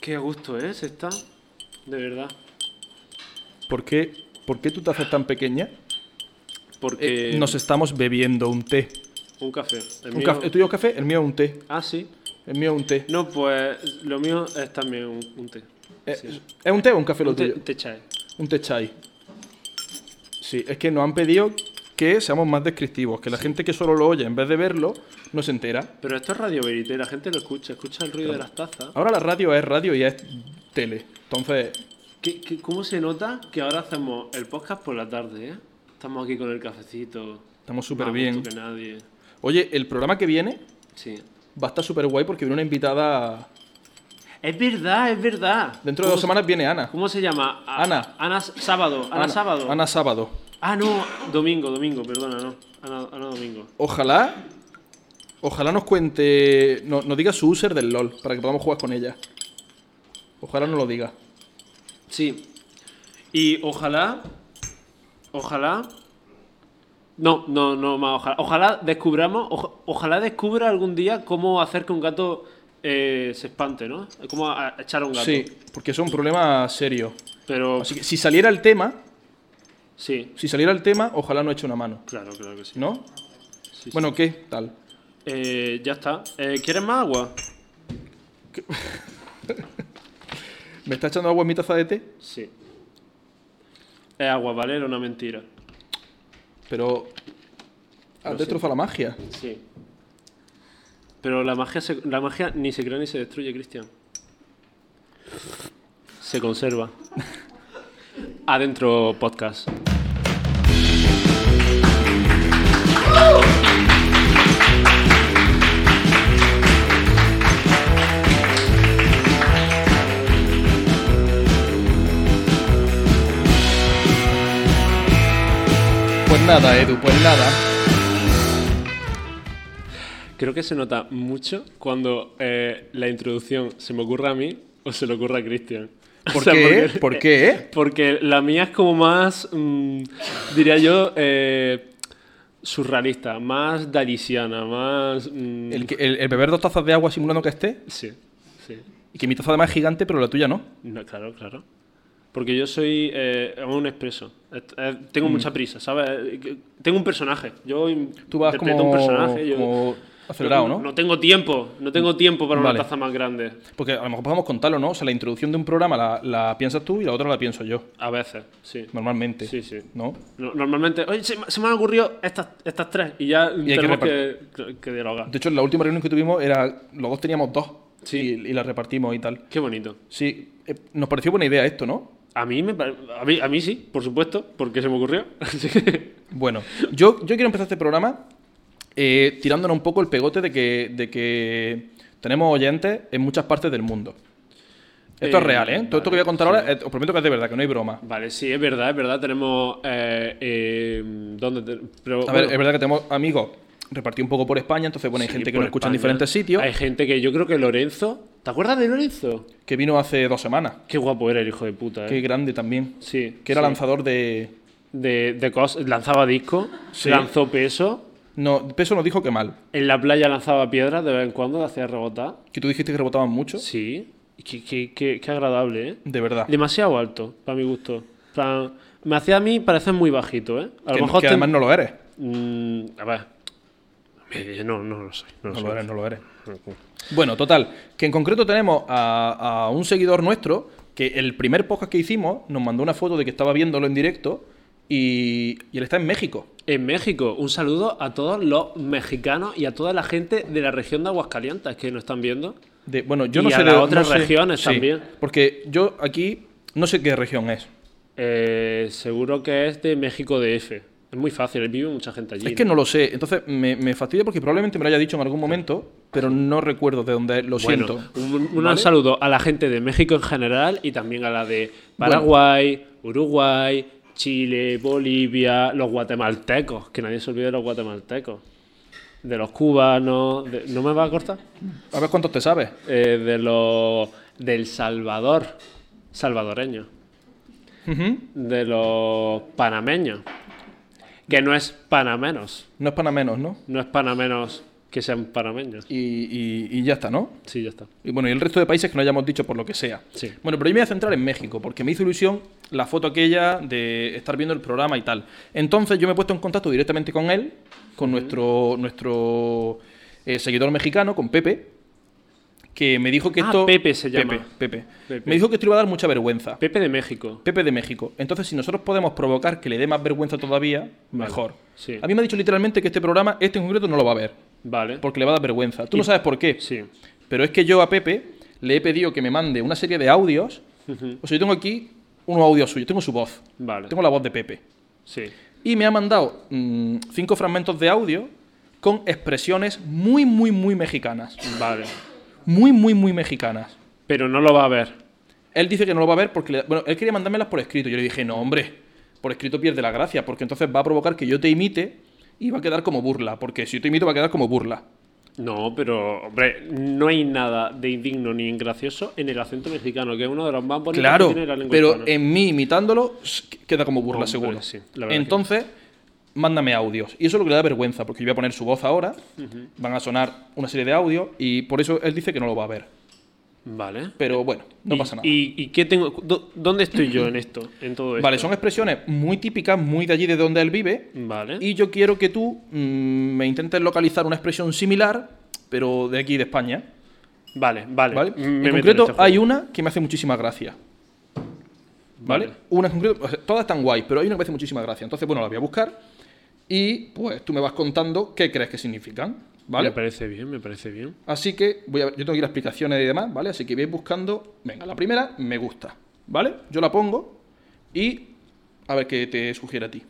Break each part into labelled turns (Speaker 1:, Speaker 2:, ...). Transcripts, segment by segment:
Speaker 1: Qué a gusto es esta, de verdad.
Speaker 2: ¿Por qué, por qué tú te haces tan pequeña?
Speaker 1: Porque
Speaker 2: Eh, Nos estamos bebiendo un té.
Speaker 1: un café. El
Speaker 2: Un
Speaker 1: mío-
Speaker 2: café- ¿El tuyo es café? El mío es un té.
Speaker 1: Ah, sí.
Speaker 2: El mío es un té.
Speaker 1: No, pues lo mío es también un, un té.
Speaker 2: Eh,
Speaker 1: sí.
Speaker 2: ¿Es un té o un café lo
Speaker 1: Un té,
Speaker 2: tuyo?
Speaker 1: té chai.
Speaker 2: Un té chai. Sí, es que nos han pedido que seamos más descriptivos, que la gente que solo lo oye en vez de verlo no se entera.
Speaker 1: Pero esto es Radio Verité, la gente lo escucha, escucha el ruido de las tazas.
Speaker 2: Ahora la radio es radio y es tele. Entonces,
Speaker 1: ¿Qué- qué- cómo se nota que ahora hacemos el podcast por la tarde, eh? Estamos aquí con el cafecito.
Speaker 2: estamos súper
Speaker 1: más a
Speaker 2: bien.
Speaker 1: gusto que nadie.
Speaker 2: Oye, el programa que viene
Speaker 1: Sí.
Speaker 2: va a estar súper guay porque viene una invitada.
Speaker 1: Es verdad, es verdad.
Speaker 2: Dentro de
Speaker 1: ¿Cómo
Speaker 2: dos
Speaker 1: se-
Speaker 2: semanas viene Ana.
Speaker 1: ¿Cómo se llama? A-
Speaker 2: Ana.
Speaker 1: Ana S- Sábado. Ana, Sábado.
Speaker 2: Ana Sábado.
Speaker 1: Ah, no, domingo, domingo, perdona, no. Ana, Ana Domingo.
Speaker 2: Ojalá. Ojalá nos cuente. no- Nos diga su user del LOL para que podamos jugar con ella. Ojalá nos lo diga.
Speaker 1: Sí. Y ojalá. Ojalá. No, no, no más. Ojalá, ojalá descubramos. oja- ojalá descubra algún día cómo hacer que un gato eh, se espante, ¿no? Cómo a- a echar a un gato.
Speaker 2: Sí, porque eso es un problema serio.
Speaker 1: Pero.
Speaker 2: Así que si saliera el tema,
Speaker 1: Sí.
Speaker 2: si saliera el tema, ojalá no eche una mano,
Speaker 1: Claro, claro que sí.
Speaker 2: ¿no?
Speaker 1: Sí, sí.
Speaker 2: Bueno, ¿qué tal?
Speaker 1: Eh, ya está. Eh, ¿Quieres más agua?
Speaker 2: ¿Me está echando agua en mi taza de té?
Speaker 1: Sí. Es agua, ¿vale? Era una mentira.
Speaker 2: Pero has
Speaker 1: sí.
Speaker 2: destrozado la magia.
Speaker 1: Sí. Pero la magia, se- la magia ni se crea ni se destruye, Cristian. Se conserva. Adentro podcast.
Speaker 2: Pues nada, Edu, pues nada.
Speaker 1: Creo que se nota mucho cuando eh, la introducción se me ocurra a mí o se le ocurra a Cristian.
Speaker 2: ¿Por qué? ¿Por qué?
Speaker 1: Porque la mía es como más, mm, diría yo, eh, surrealista, más dalisiana, más... mm,
Speaker 2: El, que- el- el beber dos tazas de agua simulando que esté,
Speaker 1: Sí, sí.
Speaker 2: y que mi taza además es gigante, pero la tuya no.
Speaker 1: No, claro, claro. Porque yo soy eh, un expreso. Et- eh,
Speaker 2: Mm.
Speaker 1: Tengo mucha prisa, ¿sabes? Eh, que- Tengo un personaje. Yo in-
Speaker 2: Tú vas
Speaker 1: interpreto
Speaker 2: como,
Speaker 1: un personaje. yo-
Speaker 2: como acelerado, ¿no?
Speaker 1: No tengo tiempo, no tengo tiempo para
Speaker 2: Vale.
Speaker 1: una taza más grande.
Speaker 2: Porque a lo mejor podemos contarlo, ¿no? O sea, la introducción de un programa la, la piensas tú y la otra la pienso yo,
Speaker 1: A veces, sí.
Speaker 2: normalmente.
Speaker 1: Sí, sí.
Speaker 2: ¿No?
Speaker 1: No- Normalmente, oye, se, me- se me han ocurrido estas, estas tres y ya
Speaker 2: hay que
Speaker 1: tenemos que, que, dialogar.
Speaker 2: De hecho, la última reunión que tuvimos era. Los dos teníamos dos.
Speaker 1: Sí.
Speaker 2: Y, y la repartimos y tal.
Speaker 1: Qué bonito.
Speaker 2: Sí, eh, nos pareció buena idea esto, ¿no?
Speaker 1: A mí, me, pare- a mí, a mí sí, por supuesto, porque se me ocurrió. Así que-
Speaker 2: Bueno, yo, yo quiero empezar este programa eh, tirándonos un poco el pegote de que, de que tenemos oyentes en muchas partes del mundo. Esto
Speaker 1: Eh,
Speaker 2: es real, ¿eh? Todo esto que voy a contar ahora, eh, os prometo que es de verdad, que no hay broma.
Speaker 1: Vale, sí, es verdad, es verdad. Tenemos. Eh, eh, ¿Dónde? te- pero,
Speaker 2: A
Speaker 1: bueno,
Speaker 2: ver, es verdad que tenemos amigos repartidos un poco por España, entonces, bueno, hay
Speaker 1: sí,
Speaker 2: gente que
Speaker 1: por
Speaker 2: nos escucha en
Speaker 1: España.
Speaker 2: diferentes sitios,
Speaker 1: Hay gente que yo creo que Lorenzo. ¿Te acuerdas de Lorenzo?
Speaker 2: que vino hace dos semanas.
Speaker 1: Qué guapo era el hijo de puta, ¿eh?
Speaker 2: Qué grande también.
Speaker 1: sí.
Speaker 2: Que era
Speaker 1: sí.
Speaker 2: lanzador de...
Speaker 1: De, de cos- lanzaba disco,
Speaker 2: Sí.
Speaker 1: lanzó peso.
Speaker 2: No, Peso nos dijo que mal.
Speaker 1: En la playa lanzaba piedras de vez en cuando, le hacía rebotar.
Speaker 2: Que tú dijiste que rebotaban mucho.
Speaker 1: Sí. Qué, qué- qué- qué agradable, ¿eh?
Speaker 2: De verdad.
Speaker 1: Demasiado alto, para mi gusto. En plan, me hacía a mí parecer muy bajito, ¿eh? A
Speaker 2: que,
Speaker 1: lo mejor.
Speaker 2: que
Speaker 1: te-
Speaker 2: además no lo eres.
Speaker 1: Mm, a ver. Eh, No, no lo soy. No lo
Speaker 2: No
Speaker 1: soy.
Speaker 2: lo eres, no lo eres. Bueno, total, que en concreto tenemos a, a un seguidor nuestro que el primer podcast que hicimos nos mandó una foto de que estaba viéndolo en directo y, y él está en México.
Speaker 1: En México, un saludo a todos los mexicanos y a toda la gente de la región de Aguascalientes que nos están viendo.
Speaker 2: De, bueno, yo
Speaker 1: Y
Speaker 2: no
Speaker 1: a
Speaker 2: sé
Speaker 1: las
Speaker 2: de
Speaker 1: otras
Speaker 2: no sé-
Speaker 1: regiones
Speaker 2: sí,
Speaker 1: también.
Speaker 2: Porque yo aquí no sé qué región es.
Speaker 1: Eh, seguro que es de México DF. Es muy fácil, vive mucha gente allí.
Speaker 2: Es que no lo sé. Entonces me, me fastidia porque probablemente me lo haya dicho en algún momento, pero no recuerdo de dónde es, lo
Speaker 1: Bueno,
Speaker 2: siento.
Speaker 1: un, un saludo a la gente de México en general y también a la de Paraguay, Uruguay, Chile, Bolivia, los guatemaltecos, que nadie se olvide de los guatemaltecos. De los cubanos, de- ¿no me va a cortar?
Speaker 2: A ver cuántos te sabes.
Speaker 1: Eh, de los del Salvador, salvadoreño,
Speaker 2: Ujú.
Speaker 1: de los panameños, que no es panamenos,
Speaker 2: No es para menos, ¿no?
Speaker 1: no es panamenos que sean panameños.
Speaker 2: Y, y- y ya está, ¿no?
Speaker 1: Sí, ya está.
Speaker 2: Y bueno, y el resto de países que no hayamos dicho por lo que sea.
Speaker 1: Sí.
Speaker 2: Bueno, pero yo me voy a centrar en México, porque me hizo ilusión la foto aquella de estar viendo el programa y tal. Entonces yo me he puesto en contacto directamente con él, con nuestro, nuestro eh, seguidor mexicano, con Pepe, que me dijo que
Speaker 1: Ah,
Speaker 2: esto...
Speaker 1: Pepe se llama.
Speaker 2: Pepe, Pepe.
Speaker 1: Pepe.
Speaker 2: Me dijo que esto le iba a dar mucha vergüenza.
Speaker 1: Pepe de México.
Speaker 2: Pepe de México. Entonces, si nosotros podemos provocar que le dé más vergüenza todavía, mejor.
Speaker 1: sí.
Speaker 2: A mí me ha dicho literalmente que este programa, este en concreto, no lo va a ver,
Speaker 1: Vale.
Speaker 2: porque le va a dar vergüenza. Tú no sabes por qué.
Speaker 1: Sí.
Speaker 2: Pero es que yo a Pepe le he pedido que me mande una serie de audios.
Speaker 1: Ujú.
Speaker 2: O sea, yo tengo aquí unos audios suyos, tengo su voz.
Speaker 1: Vale.
Speaker 2: Tengo la voz de Pepe.
Speaker 1: Sí.
Speaker 2: Y me ha mandado mm, cinco fragmentos de audio con expresiones muy, muy, muy mexicanas.
Speaker 1: Vale.
Speaker 2: Muy, muy, muy mexicanas.
Speaker 1: Pero no lo va a ver.
Speaker 2: Él dice que no lo va a ver porque. le- bueno, él quería mandármelas por escrito. Yo le dije, no, hombre, por escrito pierde la gracia, porque entonces va a provocar que yo te imite y va a quedar como burla. Porque si yo te imito, va a quedar como burla.
Speaker 1: No, pero, hombre, no hay nada de indigno ni gracioso en el acento mexicano, que es uno de los más bonitos
Speaker 2: Claro,
Speaker 1: que tiene la lengua
Speaker 2: pero eh,
Speaker 1: hispana.
Speaker 2: en mí imitándolo s- queda como burla,
Speaker 1: Hombre,
Speaker 2: seguro.
Speaker 1: sí, la verdad que
Speaker 2: Entonces, mándame audios. Y eso es lo que le da vergüenza, porque yo voy a poner su voz ahora, van a sonar una serie de audios, y por eso él dice que no lo va a ver.
Speaker 1: Vale.
Speaker 2: Pero bueno, no
Speaker 1: ¿Y-
Speaker 2: pasa nada.
Speaker 1: ¿Y, y qué tengo? dó- ¿Dónde estoy yo en esto? En todo esto.
Speaker 2: Vale, son expresiones muy típicas, muy de allí de donde él vive,
Speaker 1: Vale.
Speaker 2: y yo quiero que tú mm, me intentes localizar una expresión similar, pero de aquí, de España.
Speaker 1: Vale, vale.
Speaker 2: ¿vale?
Speaker 1: Me meto
Speaker 2: en
Speaker 1: este
Speaker 2: concreto,
Speaker 1: juego.
Speaker 2: hay una que me hace muchísima gracia. ¿Vale?
Speaker 1: Vale.
Speaker 2: Una en concreto, o sea, todas están guay, pero hay una que me hace muchísima gracia. Entonces, bueno, la voy a buscar y pues tú me vas contando qué crees que significan, ¿vale?
Speaker 1: Me parece bien, me parece bien.
Speaker 2: Así que voy a, yo tengo aquí las explicaciones y demás, ¿vale? Así que vais buscando. Venga, la primera me gusta, ¿vale? Yo la pongo y a ver qué te sugiere a ti.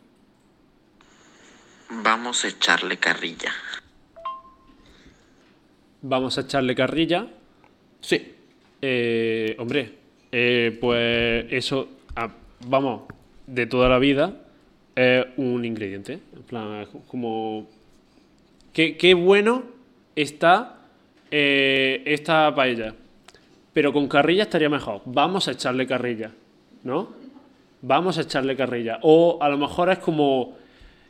Speaker 3: Vamos a echarle carrilla.
Speaker 1: Vamos a echarle carrilla.
Speaker 2: Sí,
Speaker 1: Eh, hombre, eh, pues eso, ah, vamos, de toda la vida es un ingrediente. En plan, es como. Qué, qué bueno está eh, esta paella. Pero con carrilla estaría mejor. Vamos a echarle carrilla, ¿no? Vamos a echarle carrilla. O a lo mejor es como.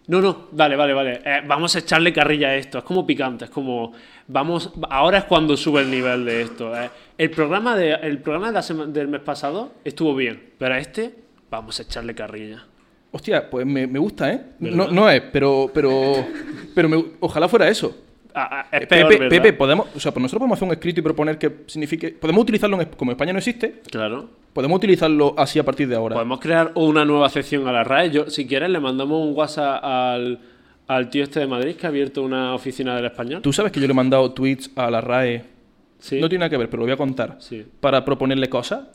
Speaker 1: No, no, vale, vale, vale. eh, vamos a echarle carrilla a esto. Es como picante, es como. Vamos. Ahora es cuando sube el nivel de esto. eh. El programa, de, el programa de la sema- del mes pasado estuvo bien, pero a este, vamos a echarle carrilla.
Speaker 2: hostia, pues me, me gusta, ¿eh? No,
Speaker 1: ¿Verdad?
Speaker 2: no es, pero, pero, pero me- ojalá fuera eso. Eh,
Speaker 1: Ah, ah, es peor,
Speaker 2: Pepe,
Speaker 1: ¿verdad?
Speaker 2: Pepe, podemos, o sea, pues nosotros podemos hacer un escrito y proponer que signifique. Podemos utilizarlo en- como España no existe,
Speaker 1: Claro.
Speaker 2: podemos utilizarlo así a partir de ahora.
Speaker 1: Podemos crear una nueva sección a la RAE. Yo, si quieres, le mandamos un WhatsApp al, al tío este de Madrid que ha abierto una oficina del español.
Speaker 2: Tú sabes que yo le he mandado tweets a la RAE.
Speaker 1: Sí.
Speaker 2: No tiene nada que ver, pero lo voy a contar.
Speaker 1: Sí.
Speaker 2: Para proponerle cosas.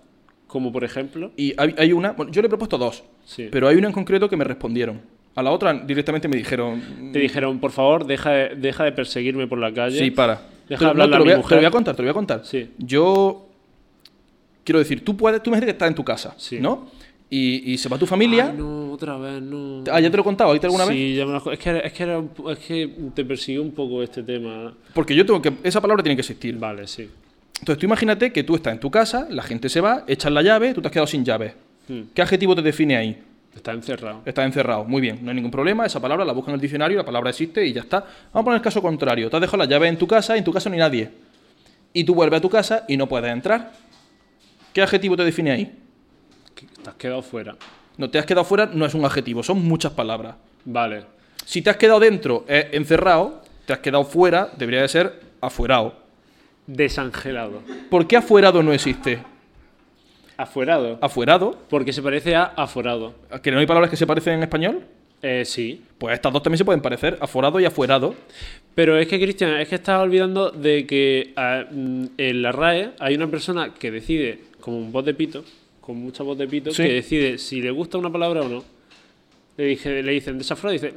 Speaker 1: Como por ejemplo.
Speaker 2: Y hay, hay una. Bueno, yo le he propuesto dos.
Speaker 1: Sí.
Speaker 2: Pero hay una en concreto que me respondieron. A la otra directamente me dijeron.
Speaker 1: Te dijeron, por favor, deja de, deja de perseguirme por la calle.
Speaker 2: Sí, para.
Speaker 1: Deja
Speaker 2: Te lo-
Speaker 1: hablarle
Speaker 2: te,
Speaker 1: a
Speaker 2: lo
Speaker 1: mi
Speaker 2: voy a, te
Speaker 1: mujer.
Speaker 2: lo voy a contar, te lo voy a contar.
Speaker 1: Sí.
Speaker 2: Yo. Quiero decir, tú puedes. Tú imagínate que estás en tu casa,
Speaker 1: Sí.
Speaker 2: ¿no? Y, y se va tu familia.
Speaker 1: Ay, no, otra vez, no.
Speaker 2: Ah, ya te lo he contado, ¿ahí te alguna vez?
Speaker 1: Sí, ya me lo- es, que, era- es, que era un po- es que te persiguió un poco este tema.
Speaker 2: Porque yo tengo que. Esa palabra tiene que existir.
Speaker 1: Vale, sí.
Speaker 2: Entonces tú imagínate que tú estás en tu casa, la gente se va, echas la llave, tú te has quedado sin llave.
Speaker 1: Hmm.
Speaker 2: ¿Qué adjetivo te define ahí?
Speaker 1: Está encerrado.
Speaker 2: Estás encerrado. Muy bien, no hay ningún problema. Esa palabra la buscas en el diccionario, la palabra existe y ya está. Vamos a poner el caso contrario. Te has dejado la llave en tu casa y en tu casa no hay nadie. Y tú vuelves a tu casa y no puedes entrar. ¿Qué adjetivo te define ahí?
Speaker 1: Que- Te has quedado fuera.
Speaker 2: No te has quedado fuera, no es un adjetivo, son muchas palabras.
Speaker 1: Vale.
Speaker 2: Si te has quedado dentro, es encerrado. Te has quedado fuera, debería de ser afuerado.
Speaker 1: Desangelado.
Speaker 2: ¿Por qué afuerado no existe?
Speaker 1: Afuerado.
Speaker 2: Afuerado,
Speaker 1: Porque se parece a aforado.
Speaker 2: que no hay palabras que se parecen en español.
Speaker 1: Eh, sí.
Speaker 2: Pues estas dos también se pueden parecer, aforado y afuerado.
Speaker 1: Pero es que, Cristian, es que estás olvidando de que ah, mm, en la RAE hay una persona que decide, como un voz de pito, con mucha voz de pito,
Speaker 2: Sí.
Speaker 1: que decide si le gusta una palabra o no. Le, dije, le dicen desaforado y dice,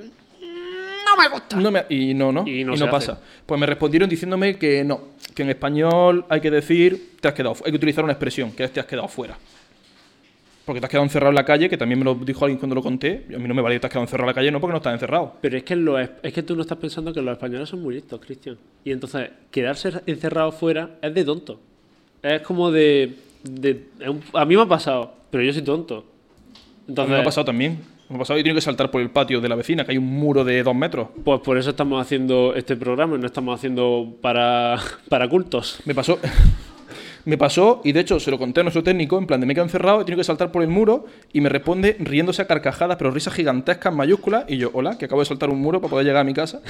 Speaker 2: No me- y no, ¿no?
Speaker 1: Y no se
Speaker 2: pasa.
Speaker 1: hace.
Speaker 2: Pues me respondieron diciéndome que no, que en español hay que decir, te has quedado, fu- hay que utilizar una expresión, que es te has quedado fuera. Porque te has quedado encerrado en la calle, que también me lo dijo alguien cuando lo conté. y A mí no me vale que te has quedado encerrado en la calle, no, porque no estás encerrado.
Speaker 1: Pero es que, los es- es que tú no estás pensando que los españoles son muy listos, Cristian. Y entonces, quedarse encerrado fuera es de tonto. Es como de. de- es un- a mí me ha pasado, pero yo soy tonto.
Speaker 2: A mí
Speaker 1: Entonces,
Speaker 2: me ha pasado también. A mí Me ha pasado y he tenido que saltar por el patio de la vecina, que hay un muro de dos metros.
Speaker 1: Pues por eso estamos haciendo este programa y no estamos haciendo para, para cultos.
Speaker 2: Me pasó. Me pasó, y de hecho se lo conté a nuestro técnico, en plan de me he quedado encerrado, he tenido que saltar por el muro, y me responde riéndose a carcajadas, pero risas gigantescas, mayúsculas, y yo, hola, que acabo de saltar un muro para poder llegar a mi casa.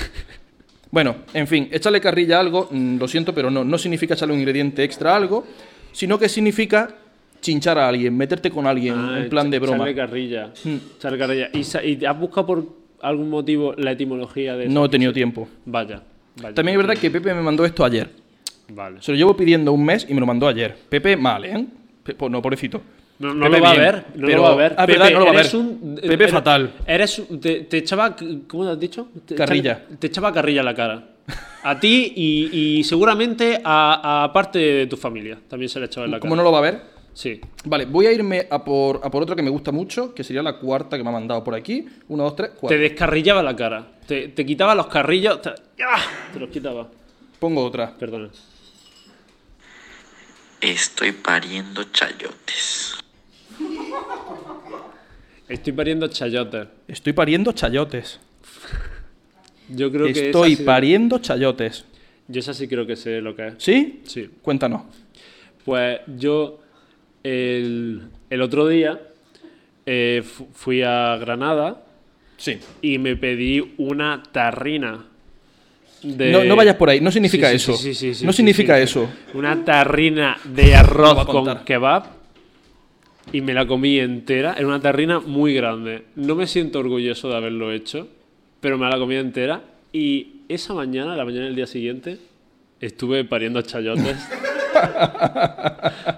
Speaker 2: Bueno, en fin, échale carrilla a algo, mm, lo siento, pero no, no significa echarle un ingrediente extra a algo, sino que significa chinchar a alguien, meterte con alguien,
Speaker 1: Ah,
Speaker 2: en plan de broma. Mm.
Speaker 1: Charle carrilla. Echarle carrilla. ¿Y, sa- y has buscado por algún motivo la etimología de eso?
Speaker 2: No he tenido tiempo.
Speaker 1: Vaya. vaya.
Speaker 2: También es verdad que Pepe me mandó esto ayer.
Speaker 1: Vale.
Speaker 2: Se lo llevo pidiendo un mes y me lo mandó ayer. Pepe, mal, ¿eh? Pe- pues no, pobrecito.
Speaker 1: No, no
Speaker 2: Pepe,
Speaker 1: lo va a
Speaker 2: bien,
Speaker 1: ver, no
Speaker 2: pero-
Speaker 1: lo va a ver.
Speaker 2: Ah, verdad, no lo va a
Speaker 1: eres
Speaker 2: ver.
Speaker 1: un- eh,
Speaker 2: Pepe,
Speaker 1: eres-
Speaker 2: fatal.
Speaker 1: Eres, un- te, te echaba, ¿cómo lo has dicho? Te-
Speaker 2: Carrilla.
Speaker 1: Te, echaba carrilla en la cara. A ti y, y seguramente a, a parte de tu familia también se le echaba en la cara.
Speaker 2: ¿Cómo no lo va a ver?
Speaker 1: Sí.
Speaker 2: Vale, voy a irme a por, a por otra que me gusta mucho, que sería la cuarta que me ha mandado por aquí. Una, dos, tres,
Speaker 1: Te
Speaker 2: cuatro.
Speaker 1: descarrillaba la cara. Te, te quitaba los carrillos. Te, ¡Ah! Te los quitaba.
Speaker 2: Pongo otra.
Speaker 1: Perdona.
Speaker 3: Estoy pariendo chayotes.
Speaker 1: Estoy pariendo chayotes.
Speaker 2: Estoy pariendo chayotes.
Speaker 1: Yo creo que. esa
Speaker 2: Estoy
Speaker 1: sí-
Speaker 2: pariendo chayotes.
Speaker 1: Yo esa sí creo que sé lo que es.
Speaker 2: ¿Sí?
Speaker 1: Sí.
Speaker 2: Cuéntanos.
Speaker 1: Pues yo el, el otro día eh, fu- fui a Granada
Speaker 2: Sí.
Speaker 1: y me pedí una tarrina. de-
Speaker 2: No, no vayas por ahí, no significa
Speaker 1: Sí, sí,
Speaker 2: eso.
Speaker 1: sí, sí, sí,
Speaker 2: no
Speaker 1: sí,
Speaker 2: significa
Speaker 1: sí.
Speaker 2: eso.
Speaker 1: Una tarrina de
Speaker 2: Lo va
Speaker 1: arroz
Speaker 2: a
Speaker 1: con
Speaker 2: contar.
Speaker 1: kebab y me la comí entera. Era una tarrina muy grande. No me siento orgulloso de haberlo hecho, pero me la comí entera. Y esa mañana, la mañana del día siguiente, estuve pariendo chayotes.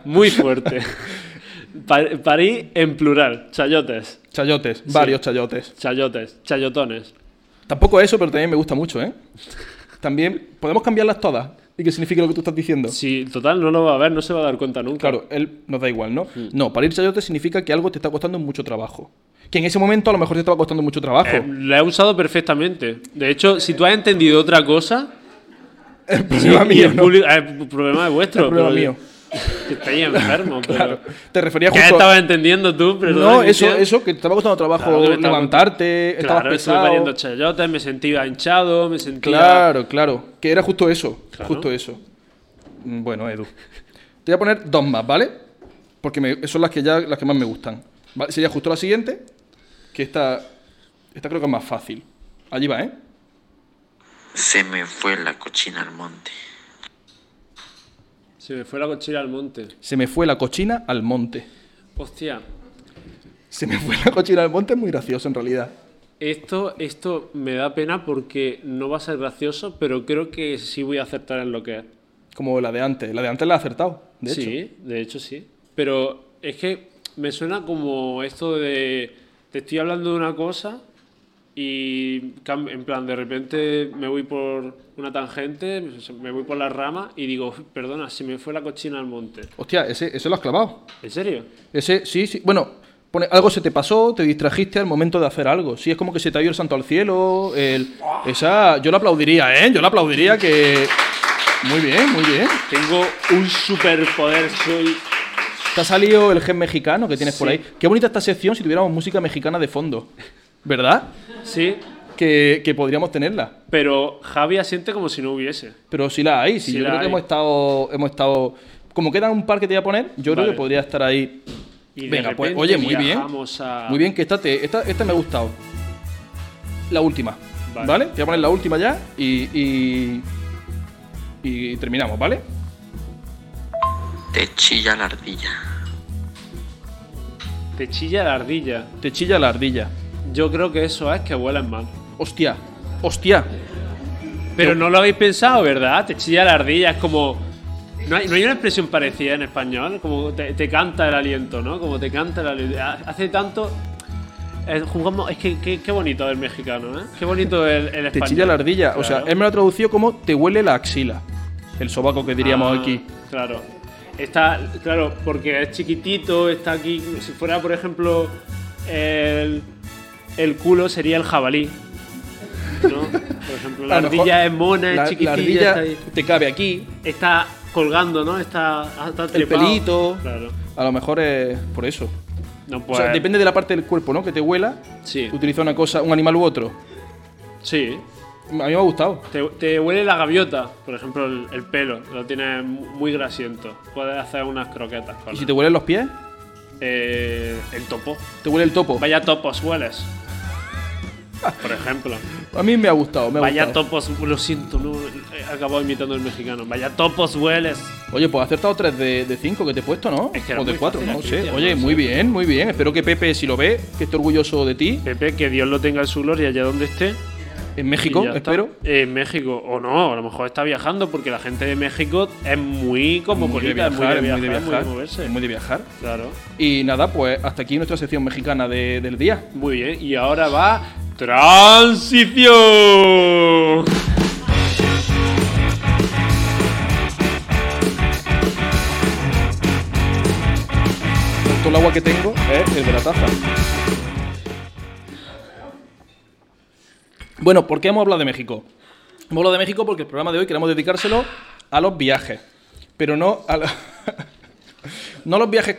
Speaker 1: muy fuerte. Pa- Parí en plural, chayotes.
Speaker 2: Chayotes, varios chayotes.
Speaker 1: Chayotes, chayotones.
Speaker 2: Tampoco eso, pero también me gusta mucho, ¿eh? También podemos cambiarlas todas y que signifique lo que tú estás diciendo.
Speaker 1: Si total no lo va a ver, no se va a dar cuenta nunca.
Speaker 2: Claro, él nos da igual, ¿no? No, parir chayotes significa que algo te está costando mucho trabajo. Que en ese momento a lo mejor te estaba costando mucho trabajo.
Speaker 1: Eh, la he usado perfectamente. De hecho, si tú has entendido otra cosa,
Speaker 2: el problema
Speaker 1: y
Speaker 2: mío,
Speaker 1: el
Speaker 2: ¿no?
Speaker 1: público- eh, p- problema es vuestro.
Speaker 2: El problema
Speaker 1: pero-
Speaker 2: mío.
Speaker 1: Que estáis enfermos, pero-
Speaker 2: Claro. Te refería
Speaker 1: ¿Qué
Speaker 2: justo...
Speaker 1: estabas entendiendo tú? Perdón,
Speaker 2: No, eso,
Speaker 1: Cristian.
Speaker 2: eso, que te estaba costando trabajo
Speaker 1: Claro que me estaba-
Speaker 2: levantarte,
Speaker 1: Claro,
Speaker 2: estabas
Speaker 1: estuve
Speaker 2: pesado.
Speaker 1: pariendo chayotes, me sentía hinchado, me sentía.
Speaker 2: Claro, claro. Que era justo eso.
Speaker 1: Claro.
Speaker 2: Justo eso. Mm, Bueno, Edu. Te voy a poner dos más, ¿vale? Porque me- son las que ya las que más me gustan. ¿Vale? Sería justo la siguiente. Que esta. Esta creo que es más fácil. Allí va, ¿eh?
Speaker 3: Se me fue la cochina al monte.
Speaker 1: Se me fue la cochera al monte.
Speaker 2: Se me fue la cochina al monte.
Speaker 1: Hostia,
Speaker 2: Se me fue la cochina al monte es muy gracioso en realidad.
Speaker 1: esto, esto me da pena porque no va a ser gracioso, pero creo que sí voy a acertar en lo que es.
Speaker 2: Como la de antes. La de antes la he acertado. De hecho.
Speaker 1: sí, de hecho sí. Pero es que me suena como esto de te estoy hablando de una cosa y cam- en plan de repente me voy por una tangente, me voy por la rama y digo, perdona, se me fue la cochina al monte.
Speaker 2: Hostia, ese, ese lo has clavado.
Speaker 1: ¿En serio?
Speaker 2: Ese, sí, sí. Bueno, pone, algo se te pasó, te distrajiste al momento de hacer algo. Sí, es como que se te ha ido el santo al cielo. el- esa, yo la aplaudiría, ¿eh? Yo la aplaudiría que. Muy bien, muy bien.
Speaker 1: Tengo un superpoder, soy...
Speaker 2: Te ha salido el gen mexicano que tienes por
Speaker 1: Sí.
Speaker 2: ahí. Qué bonita esta sección si tuviéramos música mexicana de fondo. ¿Verdad?
Speaker 1: Sí,
Speaker 2: Que, que podríamos tenerla.
Speaker 1: pero Javi asiente como si no hubiese.
Speaker 2: Pero si la hay, si
Speaker 1: Sí
Speaker 2: yo
Speaker 1: la
Speaker 2: creo que
Speaker 1: hay.
Speaker 2: hemos estado, hemos estado. Como quedan un par que te voy a poner, yo creo
Speaker 1: Vale.
Speaker 2: que podría estar ahí.
Speaker 1: Y de
Speaker 2: Venga, pues,
Speaker 1: repente
Speaker 2: oye, muy bien.
Speaker 1: viajamos a-
Speaker 2: Muy bien, que esta, te- esta, esta me ha gustado. La última. Vale.
Speaker 1: Vale.
Speaker 2: Te voy a poner la última ya y. y, y terminamos, ¿vale?
Speaker 3: Te chilla la ardilla.
Speaker 1: Te chilla la ardilla.
Speaker 2: Te chilla la ardilla.
Speaker 1: Yo creo que eso es que huelen mal.
Speaker 2: Hostia, hostia.
Speaker 1: Pero no lo habéis pensado, ¿verdad? Te chilla la ardilla, es como... No hay, no hay una expresión parecida en español, como te, te canta el aliento, ¿no? Como te canta el aliento. Ha- Hace tanto... eh, jugamos... Es que qué, qué bonito el mexicano, ¿eh? Qué bonito el, el español.
Speaker 2: Te chilla la ardilla. O sea, em,
Speaker 1: Claro.
Speaker 2: él me lo ha traducido como te huele la axila. El sobaco que diríamos
Speaker 1: Ah,
Speaker 2: aquí.
Speaker 1: Claro. Está, claro, porque es chiquitito, está aquí... Si fuera, por ejemplo, el, el culo sería el jabalí. ¿No? Por ejemplo, la
Speaker 2: A lo mejor
Speaker 1: ardilla es mona, es
Speaker 2: la-
Speaker 1: chiquitilla.
Speaker 2: La ardilla
Speaker 1: está ahí.
Speaker 2: te cabe aquí.
Speaker 1: está colgando, ¿no? Está, está
Speaker 2: El
Speaker 1: trepado.
Speaker 2: pelito.
Speaker 1: Claro.
Speaker 2: A lo mejor es por eso.
Speaker 1: No,
Speaker 2: O sea,
Speaker 1: pues-
Speaker 2: depende de la parte del cuerpo, ¿no? Que te huela,
Speaker 1: Sí.
Speaker 2: utiliza una cosa, un animal u otro.
Speaker 1: Sí.
Speaker 2: A mí me ha gustado.
Speaker 1: Te, te huele la gaviota, por ejemplo, el, el pelo. Lo tienes mu- muy grasiento. Puedes hacer unas croquetas con
Speaker 2: ¿Y
Speaker 1: él.
Speaker 2: si te huelen los pies?
Speaker 1: Eh, el topo.
Speaker 2: Te huele el topo.
Speaker 1: Vaya topos hueles. Por ejemplo.
Speaker 2: A mí me ha gustado, me ha
Speaker 1: Vaya
Speaker 2: gustado.
Speaker 1: topos. Lo siento, no. he acabado imitando el mexicano. Vaya topos hueles.
Speaker 2: Oye, pues has acertado 3 de 5 que te he puesto, ¿no?
Speaker 1: Es que era
Speaker 2: o de
Speaker 1: muy
Speaker 2: 4,
Speaker 1: fácil, ¿eh?
Speaker 2: no sé.
Speaker 1: Cristian,
Speaker 2: Oye,
Speaker 1: no
Speaker 2: muy
Speaker 1: sé.
Speaker 2: bien, muy bien. Espero que Pepe, si lo ve, que esté orgulloso de ti.
Speaker 1: Pepe, que Dios lo tenga en su gloria allá donde esté.
Speaker 2: En
Speaker 1: Y
Speaker 2: México,
Speaker 1: ya está.
Speaker 2: espero.
Speaker 1: Eh, En México, o no, a lo mejor está viajando porque la gente de México es muy cosmopolita, es muy de viajar, es muy de, moverse.
Speaker 2: es muy de viajar.
Speaker 1: Claro.
Speaker 2: Y nada, pues hasta aquí nuestra sección mexicana de- del día.
Speaker 1: Muy bien, y ahora va transición.
Speaker 2: Con todo el agua que tengo es el de la taza. Bueno, ¿por qué hemos hablado de México? Hemos hablado de México porque el programa de hoy queremos dedicárselo a los viajes, pero no a la- no a los viajes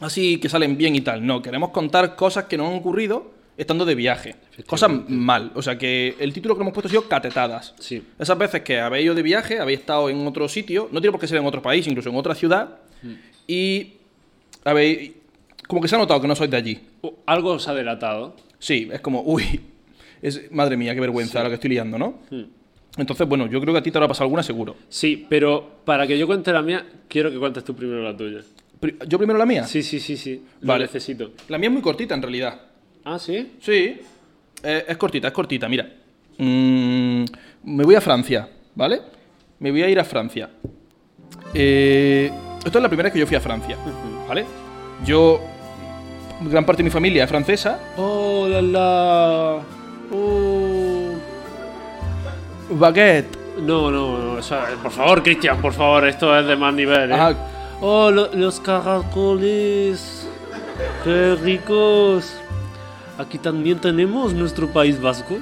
Speaker 2: así que salen bien y tal, no, queremos contar cosas que nos han ocurrido estando de viaje, cosas mal, o sea que el título que hemos puesto ha sido catetadas.
Speaker 1: Sí.
Speaker 2: Esas veces que habéis ido de viaje, habéis estado en otro sitio, no tiene por qué ser en otro país, incluso en otra ciudad, y habéis, como que se ha notado que no sois de allí.
Speaker 1: O- Algo os ha delatado.
Speaker 2: Sí, es como, uy, es, madre mía, qué vergüenza lo que estoy liando, ¿no?
Speaker 1: Hmm.
Speaker 2: Entonces, bueno, yo creo que a ti te habrá pasado alguna seguro.
Speaker 1: Sí, pero para que yo cuente la mía, quiero que cuentes tú primero la tuya.
Speaker 2: Pri- ¿Yo primero la mía?
Speaker 1: Sí, sí, sí, sí. Lo
Speaker 2: Vale.
Speaker 1: necesito.
Speaker 2: La mía es muy cortita, en realidad.
Speaker 1: Ah, sí.
Speaker 2: Sí, eh, es cortita, es cortita, mira. Mm, me voy a Francia, ¿vale? Me voy a ir a Francia. Eh, esto es la primera vez que yo fui a Francia, ¿vale? Yo, gran parte de mi familia es francesa,
Speaker 1: Oh, la la. Oh.
Speaker 2: Baguette.
Speaker 1: No, no, no. o sea, por favor, Cristian, por favor, esto es de más nivel. ¿eh?
Speaker 2: Ah,
Speaker 1: Oh, lo- los caracoles. Qué ricos. Aquí también tenemos nuestro país vasco.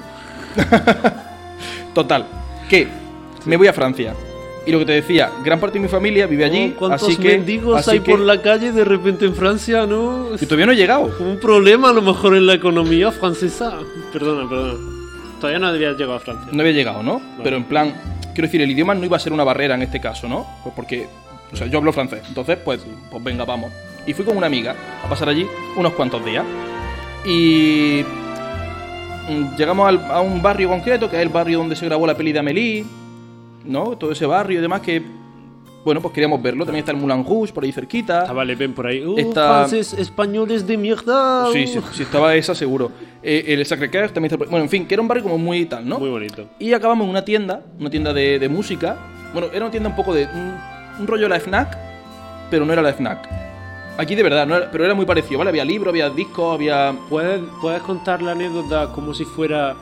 Speaker 2: total, que me voy a Francia. Y lo que te decía, gran parte de mi familia vive allí,
Speaker 1: Oh, ¿Cuántos
Speaker 2: así que,
Speaker 1: mendigos
Speaker 2: así
Speaker 1: hay
Speaker 2: que-
Speaker 1: por la calle de repente en Francia, no?
Speaker 2: Y todavía no he llegado.
Speaker 1: Un problema a lo mejor en la economía francesa. Perdona, perdona. Todavía no había llegado a Francia.
Speaker 2: No había llegado, ¿no? Pero en plan, quiero decir, el idioma no iba a ser una barrera en este caso, ¿no? Pues porque, o sea, yo hablo francés, entonces, pues, pues venga, vamos. Y fui con una amiga a pasar allí unos cuantos días. Y mm, llegamos al- a un barrio concreto, que es el barrio donde se grabó la peli de Amélie, ¿no? Todo ese barrio y demás que, bueno, pues queríamos verlo. También está el Moulin Rouge por ahí cerquita.
Speaker 1: Ah, vale, ven por ahí. Uh,
Speaker 2: Está-
Speaker 1: franceses, españoles de mierda.
Speaker 2: Sí,
Speaker 1: uh.
Speaker 2: sí, sí, estaba esa seguro. Eh, el Sacré-Cœur también está... por- Bueno, en fin, que era un barrio como muy tal, ¿no?
Speaker 1: Muy bonito.
Speaker 2: Y acabamos en una tienda, una tienda de, de música. Bueno, era una tienda un poco de. Un, un rollo de la Fnac, pero no era la Fnac. Aquí de verdad, no era- pero era muy parecido, ¿vale? Había libros, había discos, había.
Speaker 1: ¿Puedes, puedes contar la anécdota como si fuera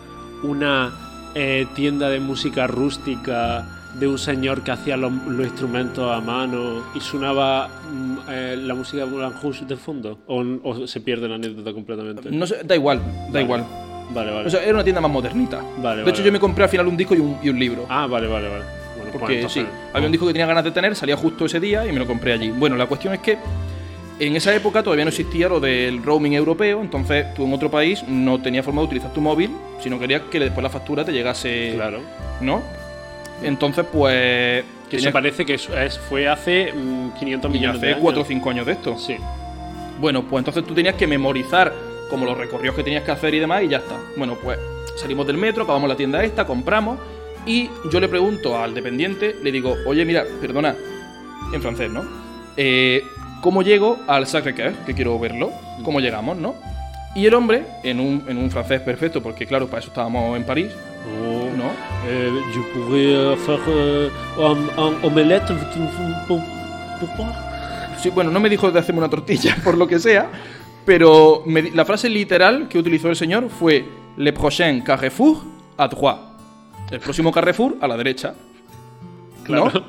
Speaker 1: una eh, tienda de música rústica de un señor que hacía los, los instrumentos a mano y sonaba mm, eh, la música de Moulin Rouge de fondo? ¿O, o se pierde la anécdota completamente?
Speaker 2: No sé, da igual, da
Speaker 1: Vale.
Speaker 2: igual.
Speaker 1: Vale, vale.
Speaker 2: Mm. O sea, era una tienda más modernita.
Speaker 1: Vale,
Speaker 2: de
Speaker 1: vale,
Speaker 2: hecho, yo
Speaker 1: vale.
Speaker 2: me compré al final un disco y un, y un libro.
Speaker 1: ah, vale, vale, vale. Bueno, pues
Speaker 2: Porque sí,
Speaker 1: entonces-
Speaker 2: había un disco que tenía ganas de tener, salía justo ese día y me lo compré allí. Bueno, la cuestión es que en esa época todavía no existía lo del roaming europeo, entonces tú en otro país no tenías forma de utilizar tu móvil, sino querías que después la factura te llegase
Speaker 1: Claro.
Speaker 2: ¿no? Entonces, pues.
Speaker 1: Que
Speaker 2: tenía-
Speaker 1: eso parece que es- es- fue hace mm, 500
Speaker 2: y
Speaker 1: millones de
Speaker 2: hace
Speaker 1: años.
Speaker 2: 4 o 5 años de esto.
Speaker 1: Sí.
Speaker 2: Bueno, pues entonces tú tenías que memorizar como los recorridos que tenías que hacer y demás, y ya está. Bueno, pues salimos del metro, acabamos la tienda esta, compramos, y yo le pregunto al dependiente, le digo, oye, mira, perdona, en francés, ¿no? Eh, ¿Cómo llego al Sacré-Cœur? Que quiero verlo. ¿Cómo llegamos, no? Y el hombre, en un, en un francés perfecto, porque claro, para eso estábamos en París,
Speaker 1: Oh.
Speaker 2: ¿no?
Speaker 1: Euh, je pourrais euh, faire euh, un, un omelette. Pour- Pourquoi
Speaker 2: Sí, bueno, no me dijo de hacerme una tortilla, por lo que sea, pero me di- la frase literal que utilizó el señor fue Le prochain Carrefour à droite. El próximo Carrefour a la derecha.
Speaker 1: Claro.
Speaker 2: ¿No?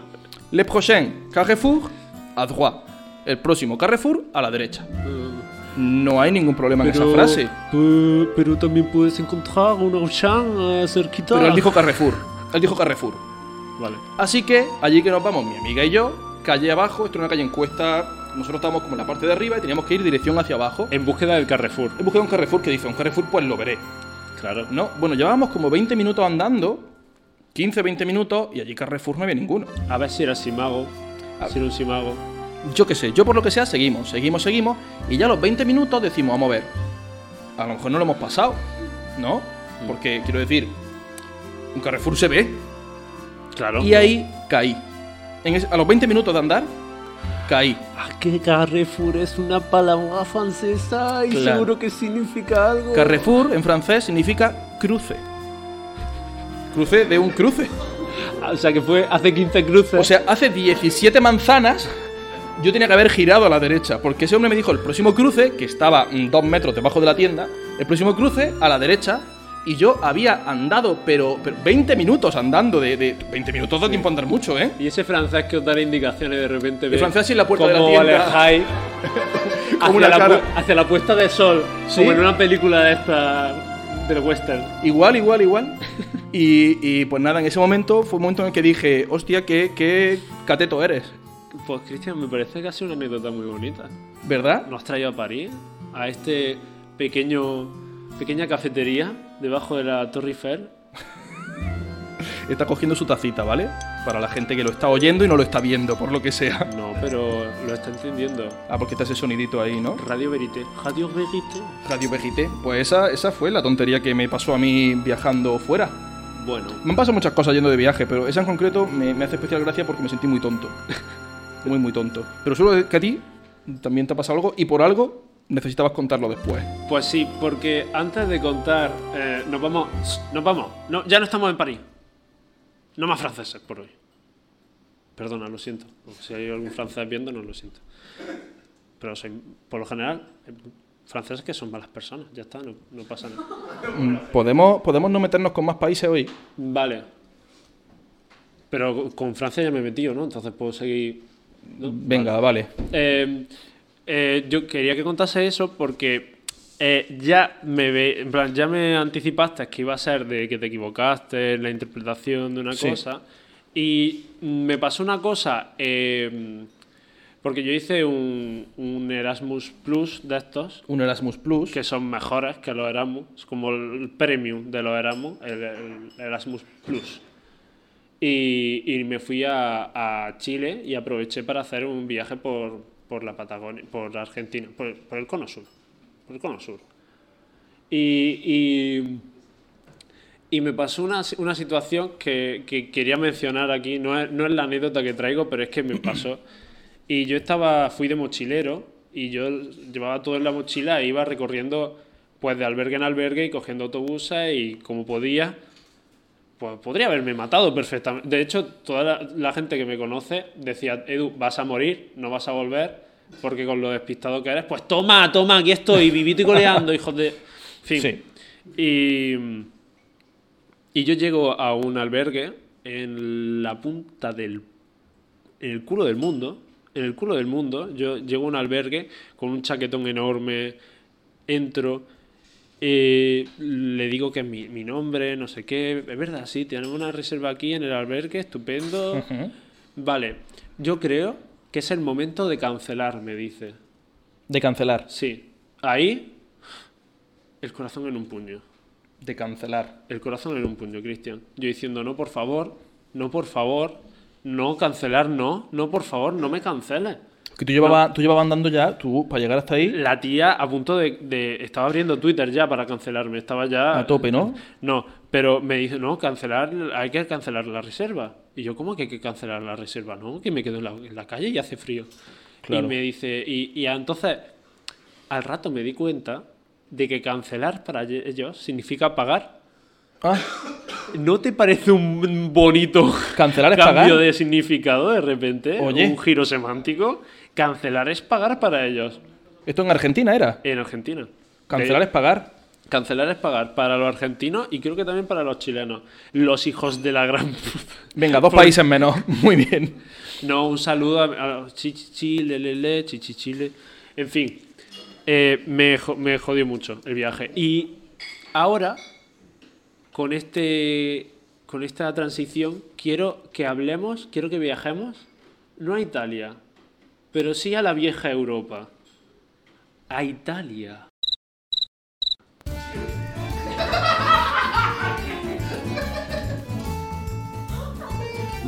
Speaker 2: Le prochain Carrefour à droite. El próximo Carrefour a la derecha. No hay ningún problema en esa frase.
Speaker 1: Pero, pero también puedes encontrar un Auchan eh, cerquita.
Speaker 2: Pero él dijo Carrefour. Él dijo Carrefour.
Speaker 1: Vale.
Speaker 2: Así que allí que nos vamos, mi amiga y yo, calle abajo, esto es una calle en cuesta nosotros estábamos como en la parte de arriba y teníamos que ir dirección hacia abajo.
Speaker 1: En búsqueda del Carrefour.
Speaker 2: He buscado un Carrefour que dice, un Carrefour pues lo veré.
Speaker 1: Claro.
Speaker 2: No, bueno, llevábamos como 20 minutos andando, 15, 20 minutos, y allí Carrefour no había ninguno.
Speaker 1: A ver si era Simago.
Speaker 2: A-
Speaker 1: Si era un Simago.
Speaker 2: Yo qué sé, yo por lo que sea seguimos, seguimos, seguimos, y ya a los 20 minutos decimos, vamos a ver, a lo mejor no lo hemos pasado, ¿no? Porque quiero decir, un Carrefour se ve,
Speaker 1: Claro.
Speaker 2: y ahí caí. En ese- a los 20 minutos de andar, caí.
Speaker 1: Ah, que Carrefour es una palabra francesa y
Speaker 2: Claro.
Speaker 1: seguro que significa algo.
Speaker 2: Carrefour en francés significa cruce. Cruce de un cruce.
Speaker 1: Ah, O sea, que fue hace 15 cruces.
Speaker 2: O sea, hace 17 manzanas yo tenía que haber girado a la derecha, porque ese hombre me dijo el próximo cruce, que estaba mm, dos metros debajo de la tienda, el próximo cruce a la derecha, y yo había andado, pero, pero 20 minutos andando, de, de- 20 minutos da tiempo a andar mucho, ¿eh?
Speaker 1: y ese francés que os da las indicaciones de repente. ve
Speaker 2: francés en la puerta de la
Speaker 1: cómo
Speaker 2: tienda.
Speaker 1: alejáis
Speaker 2: Como
Speaker 1: hacia,
Speaker 2: una
Speaker 1: la,
Speaker 2: cara.
Speaker 1: pu- hacia la puesta de sol.
Speaker 2: Sí.
Speaker 1: Como en una película de esta. del western.
Speaker 2: Igual, igual, igual. Y, y, pues nada, en ese momento fue un momento en el que dije, hostia, qué, qué cateto eres,
Speaker 1: Pues, Cristian, me parece que ha sido una anécdota muy bonita.
Speaker 2: ¿verdad?
Speaker 1: Nos has traído a París, a este pequeño. pequeña cafetería debajo de la Torre Eiffel.
Speaker 2: Está cogiendo su tacita, ¿vale? Para la gente que lo está oyendo y no lo está viendo, por lo que sea.
Speaker 1: No, pero lo está entendiendo.
Speaker 2: Ah, porque está ese sonidito ahí, ¿no?
Speaker 1: Radio Verité. Radio Verité.
Speaker 2: Radio Vejite. Pues esa, esa fue la tontería que me pasó a mí viajando fuera.
Speaker 1: Bueno,
Speaker 2: Me han pasado muchas cosas yendo de viaje, pero esa en concreto me, me hace especial gracia porque me sentí muy tonto. muy, muy tonto. Pero solo que a ti también te ha pasado algo y por algo necesitabas contarlo después.
Speaker 1: pues sí, porque antes de contar, eh, nos vamos, nos vamos, no, ya no estamos en París. No más franceses por hoy. Perdona, lo siento. Si hay algún francés viéndonos, lo siento. Pero soy, por lo general, eh, franceses que son malas personas. Ya está, no, no pasa nada.
Speaker 2: Mm, ¿Podemos, podemos no meternos con más países hoy.
Speaker 1: Vale. Pero con Francia ya me he metido, ¿no? Entonces puedo seguir. ¿no?
Speaker 2: Venga, vale.
Speaker 1: Eh, eh, yo quería que contase eso porque eh, ya me ve- en plan, ya me anticipaste que iba a ser de que te equivocaste en la interpretación de una
Speaker 2: Sí.
Speaker 1: cosa. Y me pasó una cosa. eh, porque yo hice un, un Erasmus Plus de estos
Speaker 2: Un Erasmus Plus.
Speaker 1: que son mejores que los Erasmus, es como el premium de los Erasmus, el, el Erasmus Plus. Y, y me fui a, a Chile y aproveché para hacer un viaje por, por la Patagonia, por la Argentina, por, por el Cono Sur. Por el Cono Sur. Y, y, y me pasó una, si- una situación que, que quería mencionar aquí, no es, no es la anécdota que traigo, pero es que me pasó. Y yo estaba, fui de mochilero y yo llevaba todo en la mochila e iba recorriendo pues de albergue en albergue y cogiendo autobuses y como podía, pues podría haberme matado perfectamente. De hecho, toda la, la gente que me conoce decía, Edu, vas a morir, no vas a volver, porque con lo despistado que eres, pues toma, toma, aquí estoy, vivito y coleando, hijos de... En fin.
Speaker 2: Sí.
Speaker 1: Y... Y yo llego a un albergue en la punta del. en el culo del mundo. En el culo del mundo. Yo llego a un albergue con un chaquetón enorme. Entro. eh, le digo que es mi, mi nombre, no sé qué. Es verdad, sí, tenemos una reserva aquí en el albergue, estupendo.
Speaker 2: Ujú.
Speaker 1: Vale, yo creo que es el momento de cancelar, me dice.
Speaker 2: De cancelar.
Speaker 1: Sí, ahí. el corazón en un puño.
Speaker 2: De cancelar.
Speaker 1: El corazón en un puño, Cristian. Yo diciendo, no, por favor, no, por favor, no, cancelar, no, no, por favor, no me canceles.
Speaker 2: Que tú llevabas, tú llevabas andando ya, tú, para llegar hasta ahí,
Speaker 1: La tía a punto de, de- Estaba abriendo Twitter ya para cancelarme, estaba ya...
Speaker 2: a tope, ¿no?
Speaker 1: No, pero me dice, no, cancelar, hay que cancelar la reserva. Y yo, ¿cómo que hay que cancelar la reserva? No, que me quedo en la, en la calle y hace frío.
Speaker 2: Claro.
Speaker 1: Y me dice, y, y entonces, al rato me di cuenta de que cancelar para ellos significa pagar
Speaker 2: Ah,
Speaker 1: ¿No te parece un bonito
Speaker 2: Cancelar es
Speaker 1: cambio
Speaker 2: pagar.
Speaker 1: de significado de repente?
Speaker 2: Oye.
Speaker 1: Un giro semántico. Cancelar es pagar para ellos
Speaker 2: esto en Argentina era.
Speaker 1: en Argentina.
Speaker 2: Cancelar es pagar.
Speaker 1: Eh, cancelar es pagar para los argentinos y creo que también para los chilenos. Los hijos de la gran puta.
Speaker 2: Venga, dos
Speaker 1: Por-
Speaker 2: países menos. Muy bien.
Speaker 1: No, un saludo a, a los chichichile, lele, chichichile. En fin, eh, me, jo- me jodió mucho el viaje. Y ahora, con, este, con esta transición, quiero que hablemos, quiero que viajemos, no a Italia, pero sí a la vieja Europa. A Italia.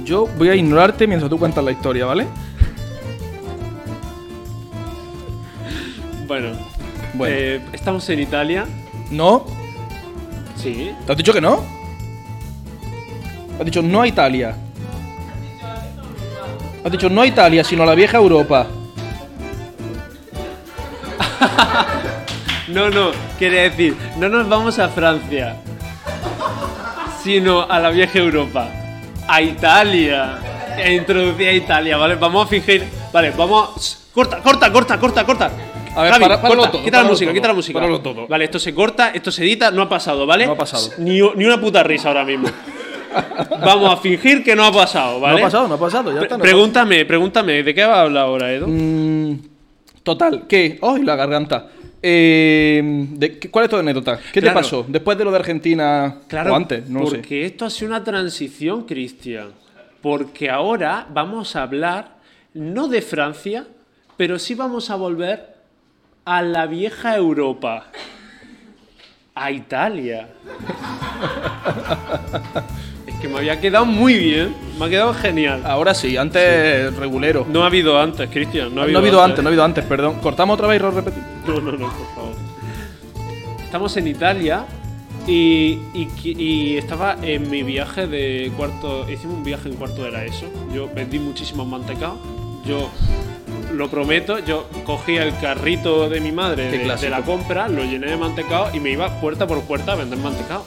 Speaker 2: Yo voy a ignorarte mientras tú cuentas la historia, ¿vale?
Speaker 1: Bueno,
Speaker 2: Bueno.
Speaker 1: eh, estamos en Italia.
Speaker 2: No,
Speaker 1: Sí.
Speaker 2: ¿te has dicho que no? Has dicho no a Italia. Has dicho no a Italia, sino a la vieja Europa.
Speaker 1: No, no, quería decir, no nos vamos a Francia, sino a la vieja Europa. A Italia. E Introducía a Italia, ¿vale? Vamos a fingir. Vale, vamos. a- Shh, Corta, corta, corta, corta, corta.
Speaker 2: A ver,
Speaker 1: Javi,
Speaker 2: para- páralo
Speaker 1: corta,
Speaker 2: todo,
Speaker 1: quita la
Speaker 2: páralo
Speaker 1: música,
Speaker 2: todo,
Speaker 1: quita la música.
Speaker 2: páralo todo.
Speaker 1: Vale, esto se corta, esto se edita, no ha pasado, ¿vale?
Speaker 2: No ha pasado.
Speaker 1: Ni, ni una puta risa ahora mismo. Vamos a fingir que no ha pasado, ¿vale?
Speaker 2: No ha pasado, no ha pasado, ya
Speaker 1: Pre-
Speaker 2: está. no ha
Speaker 1: pregúntame, pregúntame, ¿de qué va a hablar ahora, Edo?
Speaker 2: Mm, total, ¿qué? ¡Ay, la garganta! Eh, ¿de qué- ¿Cuál es tu anécdota? ¿Qué
Speaker 1: Claro.
Speaker 2: te pasó? Después de lo de Argentina o antes, no lo
Speaker 1: porque
Speaker 2: sé.
Speaker 1: esto ha sido una transición, Cristian. Porque ahora vamos a hablar no de Francia, pero sí vamos a volver a la vieja Europa, a Italia. es que me había quedado muy bien, me ha quedado genial.
Speaker 2: Ahora sí, antes regulero. No,
Speaker 1: No ha habido antes, Cristian. No ha habido, eh.
Speaker 2: ha habido antes, no ha habido antes, perdón. Cortamos otra vez y lo repetimos.
Speaker 1: No, no, no, por favor. Estamos en Italia y, y qui- y estaba en mi viaje de cuarto. Hicimos un viaje en cuarto de la ESO. Yo vendí muchísimos mantecados. Yo lo prometo, yo cogí el carrito de mi madre
Speaker 2: Qué
Speaker 1: de,
Speaker 2: clásico.
Speaker 1: de la compra, lo llené de mantecao y me iba puerta por puerta a vender mantecao.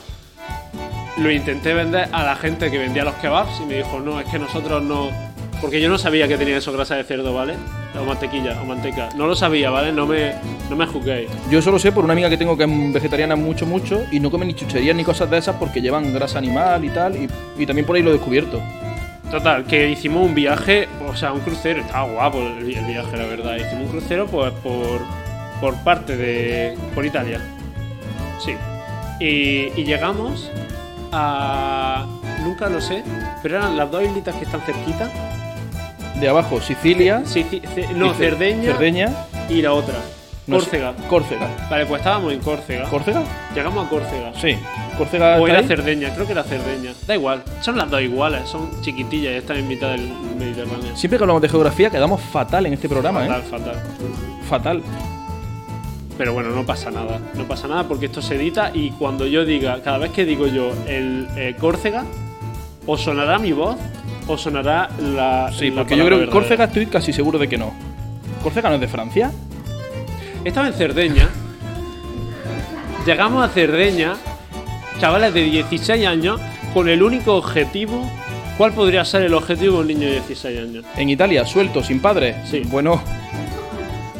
Speaker 1: Lo intenté vender a la gente que vendía los kebabs y me dijo, no, es que nosotros no... Porque yo no sabía que tenía eso grasa de cerdo, ¿vale? O mantequilla, o manteca. No lo sabía, ¿vale? No me, no me juzguéis.
Speaker 2: Yo solo sé por una amiga que tengo que es vegetariana mucho, mucho y no come ni chucherías ni cosas de esas porque llevan grasa animal y tal. Y, y también por ahí lo he descubierto.
Speaker 1: Total, que hicimos un viaje, o sea, un crucero, estaba guapo el, vi- el viaje, la verdad. Hicimos un crucero pues, por, por parte de. por Italia. Sí. Y, y llegamos a. nunca lo sé, pero eran las dos islitas que están cerquita.
Speaker 2: De abajo, Sicilia.
Speaker 1: Sí, ci- ce- no,
Speaker 2: Dice-
Speaker 1: Cerdeña,
Speaker 2: Cerdeña.
Speaker 1: y la otra,
Speaker 2: no sé-
Speaker 1: Córcega.
Speaker 2: Córcega.
Speaker 1: Vale, pues estábamos en Córcega.
Speaker 2: ¿Córcega?
Speaker 1: Llegamos a Córcega.
Speaker 2: Sí. Córcega.
Speaker 1: O
Speaker 2: está
Speaker 1: era
Speaker 2: ahí.
Speaker 1: Cerdeña, creo que era Cerdeña. Da igual, son las dos iguales, son chiquitillas y están en mitad del Mediterráneo.
Speaker 2: Siempre que hablamos de geografía quedamos fatal en este programa,
Speaker 1: fatal,
Speaker 2: ¿eh?
Speaker 1: fatal.
Speaker 2: Fatal.
Speaker 1: Pero bueno, no pasa nada. No pasa nada porque esto se edita y cuando yo diga, cada vez que digo yo el eh, Córcega, o sonará mi voz o sonará la.
Speaker 2: Sí,
Speaker 1: la
Speaker 2: porque yo creo
Speaker 1: palabra
Speaker 2: que Córcega
Speaker 1: verdadera.
Speaker 2: estoy casi seguro de que no. ¿Córcega no es de Francia?
Speaker 1: Estaba en Cerdeña. Llegamos a Cerdeña, chavales de 16 años, con el único objetivo. ¿Cuál podría ser el objetivo de un niño de 16 años?
Speaker 2: En Italia, suelto, sin padres.
Speaker 1: Sí.
Speaker 2: Bueno,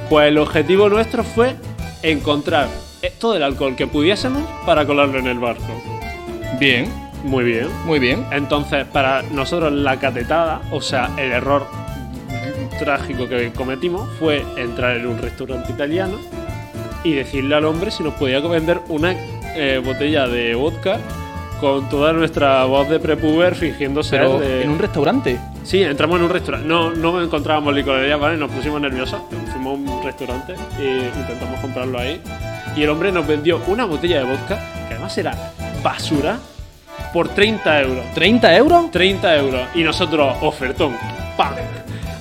Speaker 1: Pues el objetivo nuestro fue encontrar eh, todo el alcohol que pudiésemos para colarlo en el barco.
Speaker 2: bien,
Speaker 1: Muy bien.
Speaker 2: muy bien.
Speaker 1: Entonces, para nosotros la catetada, o sea, el error trágico que cometimos fue entrar en un restaurante italiano y decirle al hombre si nos podía vender una eh, botella de vodka con toda nuestra voz de prepuber fingiendo ser
Speaker 2: Pero
Speaker 1: de...
Speaker 2: en un restaurante.
Speaker 1: Sí, entramos en un restaurante. No, no encontrábamos licorería, ¿vale? Nos pusimos nerviosos. Fuimos a un restaurante e intentamos comprarlo ahí. Y el hombre nos vendió una botella de vodka, que además era basura, por 30 euros.
Speaker 2: ¿30 euros?
Speaker 1: 30 euros. Y nosotros, ofertón. ¡Pam!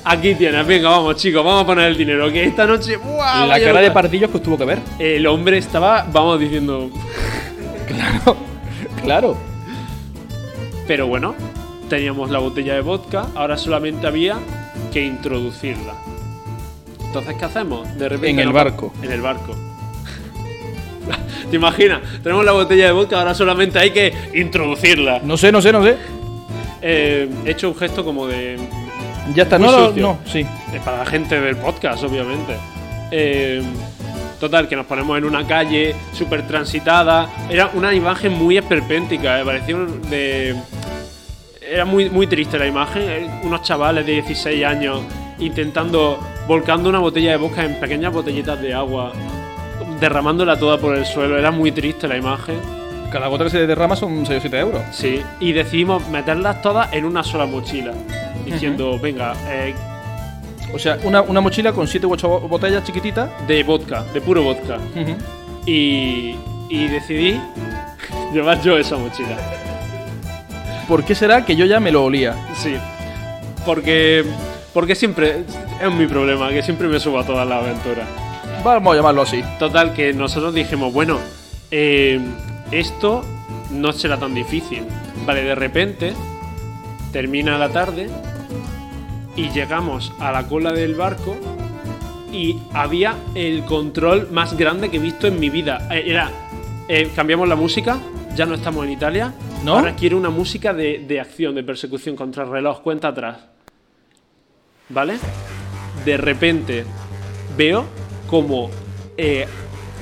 Speaker 1: Aquí tienes, venga, vamos chicos, vamos a poner el dinero. Que esta noche. ¡buah,
Speaker 2: La
Speaker 1: Ah, vaya
Speaker 2: cara de
Speaker 1: otra!
Speaker 2: pardillos que os tuvo que ver.
Speaker 1: El hombre estaba, vamos diciendo.
Speaker 2: Claro, claro.
Speaker 1: Pero bueno, teníamos la botella de vodka, ahora solamente había que introducirla. Entonces, ¿qué hacemos? De repente.
Speaker 2: En el
Speaker 1: nos-
Speaker 2: barco.
Speaker 1: En el barco. ¿Te imaginas? Tenemos la botella de vodka, ahora solamente hay que introducirla.
Speaker 2: No sé, no sé, no sé.
Speaker 1: Eh, he hecho un gesto como de.
Speaker 2: Ya está,
Speaker 1: Muy
Speaker 2: no, no,
Speaker 1: sucio.
Speaker 2: no, sí.
Speaker 1: Eh, para la gente del podcast, obviamente. Eh, total, que nos ponemos en una calle súper transitada. Era una imagen muy esperpéntica, eh, parecía un- de... Era muy, muy triste la imagen. eh, Unos chavales de 16 años intentando, volcando una botella de vodka en pequeñas botellitas de agua, derramándola toda por el suelo. Era muy triste la imagen.
Speaker 2: Cada gota que se derrama son 6 o 7 euros.
Speaker 1: Sí, y decidimos meterlas todas en una sola mochila, diciendo, venga, eh,
Speaker 2: O sea, una, una mochila con 7 u 8 botellas chiquititas.
Speaker 1: de vodka, de puro vodka.
Speaker 2: Ujú.
Speaker 1: Y, y decidí llevar yo esa mochila.
Speaker 2: ¿Por qué será que yo ya me lo olía?
Speaker 1: Sí. Porque, porque siempre es mi problema, que siempre me subo a todas las aventuras.
Speaker 2: Vamos a llamarlo así.
Speaker 1: Total, que nosotros dijimos, bueno, eh, esto no será tan difícil. Vale, de repente termina la tarde y llegamos a la cola del barco y había el control más grande que he visto en mi vida. Eh, Era, eh, cambiamos la música, ya no estamos en Italia.
Speaker 2: ¿No?
Speaker 1: Ahora quiero una música de, de acción, de persecución contra el reloj, cuenta atrás. ¿Vale? De repente veo como eh,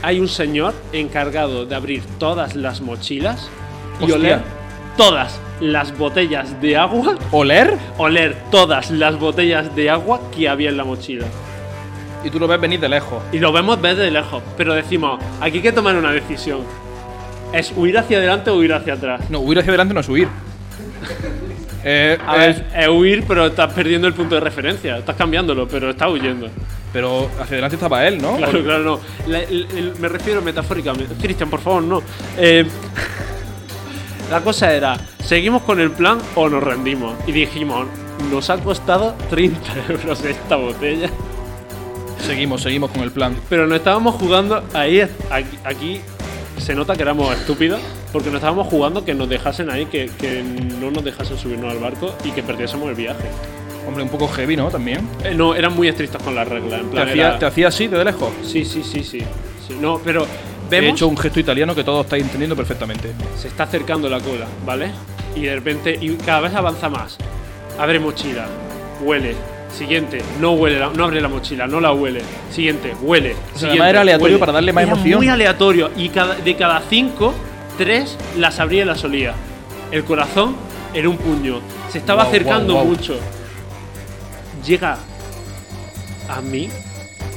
Speaker 1: hay un señor encargado de abrir todas las mochilas y
Speaker 2: Hostia.
Speaker 1: oler todas las botellas de agua
Speaker 2: ¿Oler?
Speaker 1: oler todas las botellas de agua que había en la mochila.
Speaker 2: Y tú lo ves venir de lejos.
Speaker 1: Y lo vemos desde lejos, pero decimos, aquí hay que tomar una decisión. ¿Es huir hacia adelante o huir hacia atrás?
Speaker 2: No, huir hacia adelante no es huir. Eh,
Speaker 1: A
Speaker 2: es-
Speaker 1: ver, es huir, pero estás perdiendo el punto de referencia, estás cambiándolo, pero estás huyendo.
Speaker 2: Pero hacia adelante estaba él, ¿no?
Speaker 1: Claro, claro, no. La- el- el- me refiero metafóricamente. Cristian, por favor, no. Eh, la cosa era, ¿seguimos con el plan o nos rendimos? Y dijimos, nos ha costado 30 euros esta botella.
Speaker 2: Seguimos, seguimos con el plan.
Speaker 1: Pero no estábamos jugando ahí, aquí, aquí se nota que éramos estúpidos, porque no estábamos jugando que nos dejasen ahí, que, que no nos dejasen subirnos al barco y que perdiésemos el viaje.
Speaker 2: Hombre, un poco heavy, ¿no? También.
Speaker 1: Eh, no, eran muy estrictos con las reglas, en
Speaker 2: Te
Speaker 1: plan
Speaker 2: hacía,
Speaker 1: era-
Speaker 2: te hacía así desde lejos.
Speaker 1: Sí, sí, sí, sí, Sí, No, pero
Speaker 2: He
Speaker 1: vemos,
Speaker 2: hecho un gesto italiano que todos estáis entendiendo perfectamente.
Speaker 1: se está acercando la cola, ¿vale? Y de repente, y cada vez avanza más. Abre mochila, huele. Siguiente, no huele, la- no abre la mochila, no la huele. Siguiente, huele.
Speaker 2: sea,
Speaker 1: siguiente,
Speaker 2: además era aleatorio
Speaker 1: huele.
Speaker 2: para darle más
Speaker 1: Era
Speaker 2: emoción.
Speaker 1: Muy aleatorio y cada- de cada cinco, tres las abría y las olía. El corazón era un puño. Se estaba
Speaker 2: Guau,
Speaker 1: acercando
Speaker 2: guau, guau.
Speaker 1: mucho. Llega a mí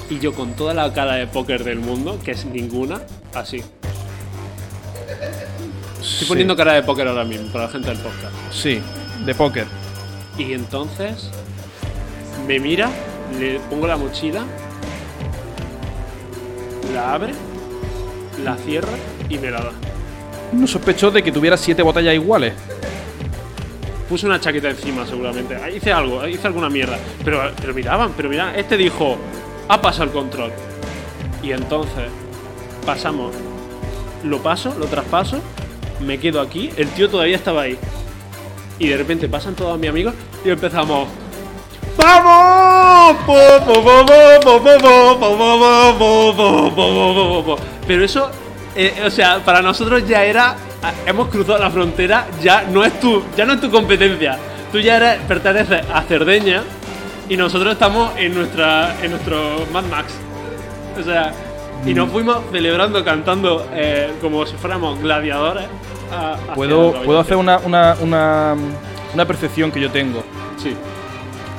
Speaker 1: y yo con toda la cara de póker del mundo, que es ninguna, así. Estoy poniendo cara de póker ahora mismo para la gente del podcast.
Speaker 2: Sí, de póker.
Speaker 1: Y entonces me mira, le pongo la mochila, la abre, la cierra y me la da.
Speaker 2: No sospechó de que tuviera siete botellas iguales.
Speaker 1: Puse una chaqueta encima seguramente. Ah, Hice algo, hice alguna mierda. Pero, pero miraban, pero miraban. Este dijo, ha pasado el control. Y entonces pasamos. Lo paso, lo traspaso, me quedo aquí. El tío todavía estaba ahí. Y de repente pasan todos mis amigos y empezamos. ¡Vamos! Po, po, po, po, po, po, po, po, po, po, po, po, po, po, po. Pero eso, eh, o sea, para nosotros ya era. ah, Hemos cruzado la frontera, ya no es tu, ya no es tu competencia. Tú ya eres, perteneces a Cerdeña y nosotros estamos en, nuestra, en nuestro Mad Max. O sea, y
Speaker 2: Mm.
Speaker 1: nos fuimos celebrando, cantando eh, como si fuéramos gladiadores. ah, a- hacia
Speaker 2: Puedo,
Speaker 1: la
Speaker 2: puedo hacer
Speaker 1: habitación.
Speaker 2: una, una, una, una percepción que yo tengo.
Speaker 1: Sí,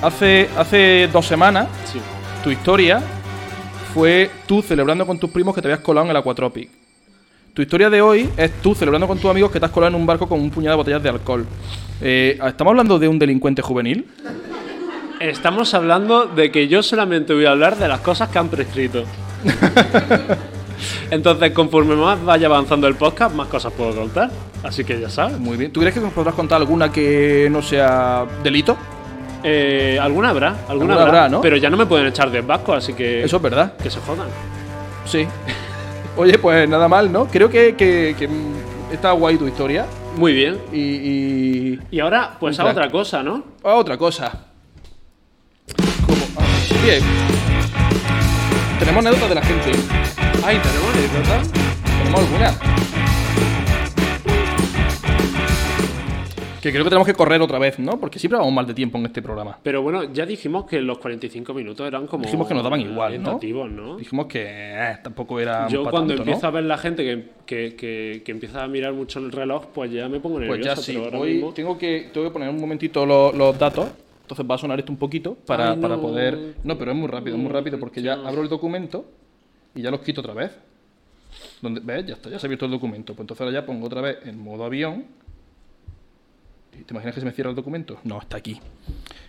Speaker 2: Hace, hace dos semanas,
Speaker 1: sí.
Speaker 2: tu historia fue tú celebrando con tus primos que te habías colado en el Aquatropic. Tu historia de hoy es tú celebrando con tus amigos que te has colado en un barco con un puñado de botellas de alcohol. Eh, ¿Estamos hablando de un delincuente juvenil?
Speaker 1: Estamos hablando de que yo solamente voy a hablar de las cosas que han prescrito. Entonces, conforme más vaya avanzando el podcast, más cosas puedo contar. Así que ya sabes.
Speaker 2: Muy bien. ¿Tú crees que nos podrás contar alguna que no sea delito?
Speaker 1: Eh, alguna habrá, alguna,
Speaker 2: Alguna habrá, ¿no?
Speaker 1: Pero ya no me pueden echar de vasco, así que.
Speaker 2: Eso es verdad.
Speaker 1: Que se jodan.
Speaker 2: Sí. Oye, pues nada mal, ¿no? Creo que, que- que, mm, está guay tu historia.
Speaker 1: Muy bien.
Speaker 2: Y, y-
Speaker 1: Y ahora, pues
Speaker 2: Un
Speaker 1: a
Speaker 2: crack.
Speaker 1: otra cosa, ¿no?
Speaker 2: Ah, otra cosa. Como... ah, bien. Tenemos anécdotas de la gente.
Speaker 1: Ay, tenemos anécdotas.
Speaker 2: Tenemos alguna. Que creo que tenemos que correr otra vez, ¿no? Porque siempre vamos mal de tiempo en este programa.
Speaker 1: Pero bueno, ya dijimos que los 45 minutos eran como.
Speaker 2: Dijimos que nos daban igual, ¿no?
Speaker 1: orientativos, ¿no?
Speaker 2: Dijimos que eh, tampoco era.
Speaker 1: Yo
Speaker 2: pa'
Speaker 1: cuando
Speaker 2: tanto, ¿no?
Speaker 1: empiezo a ver la gente que, que- que- que empieza a mirar mucho el reloj, pues ya me pongo nervioso.
Speaker 2: Pues ya sí,
Speaker 1: pero ahora
Speaker 2: voy,
Speaker 1: mismo-
Speaker 2: tengo, que, tengo que poner un momentito lo- los datos. Entonces va a sonar esto un poquito para,
Speaker 1: Ay,
Speaker 2: para
Speaker 1: no.
Speaker 2: poder. No, pero es muy rápido, es muy rápido porque ya abro el documento y ya los quito otra vez. Donde, ¿Ves? Ya está, ya se ha abierto el documento. Pues entonces ahora ya pongo otra vez en modo avión ¿Te imaginas que se me cierra el documento? No, está aquí.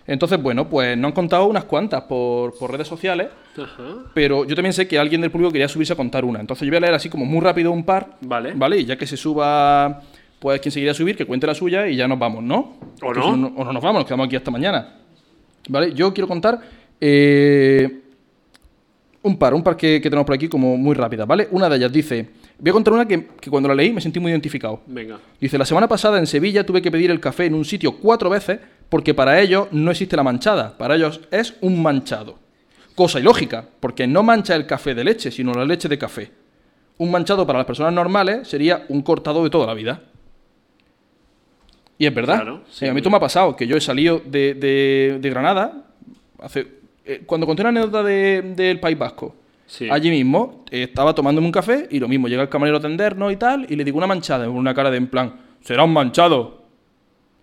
Speaker 2: Entonces, bueno, pues nos han contado unas cuantas por, por redes sociales,
Speaker 1: Ajá.
Speaker 2: pero yo también sé que alguien del público quería subirse a contar una. Entonces yo voy a leer así como muy rápido un par.
Speaker 1: Vale.
Speaker 2: Vale, y ya que se suba, pues quien se quiera subir, que cuente la suya y ya nos vamos, ¿no?
Speaker 1: ¿O
Speaker 2: Que
Speaker 1: no?
Speaker 2: si O no nos vamos, nos quedamos aquí hasta mañana. Vale, yo quiero contar eh, un par, un par que, que tenemos por aquí como muy rápida, ¿vale? Una de ellas dice, voy a contar una que- que cuando la leí me sentí muy identificado.
Speaker 1: Venga.
Speaker 2: Dice, la semana pasada en Sevilla tuve que pedir el café en un sitio cuatro veces porque para ellos no existe la manchada, para ellos es un manchado. Cosa ilógica, porque no mancha el café de leche, sino la leche de café. Un manchado para las personas normales sería un cortado de toda la vida. Y es verdad.
Speaker 1: Claro, sí,
Speaker 2: Eh, a mí
Speaker 1: muy
Speaker 2: esto me ha pasado, que yo he salido de, de- de Granada, hace, eh, cuando conté una anécdota de- del País Vasco,
Speaker 1: Sí.
Speaker 2: Allí mismo eh, estaba tomándome un café y lo mismo, llega el camarero a atendernos y tal, y le digo una manchada, con una cara de en plan, será un manchado.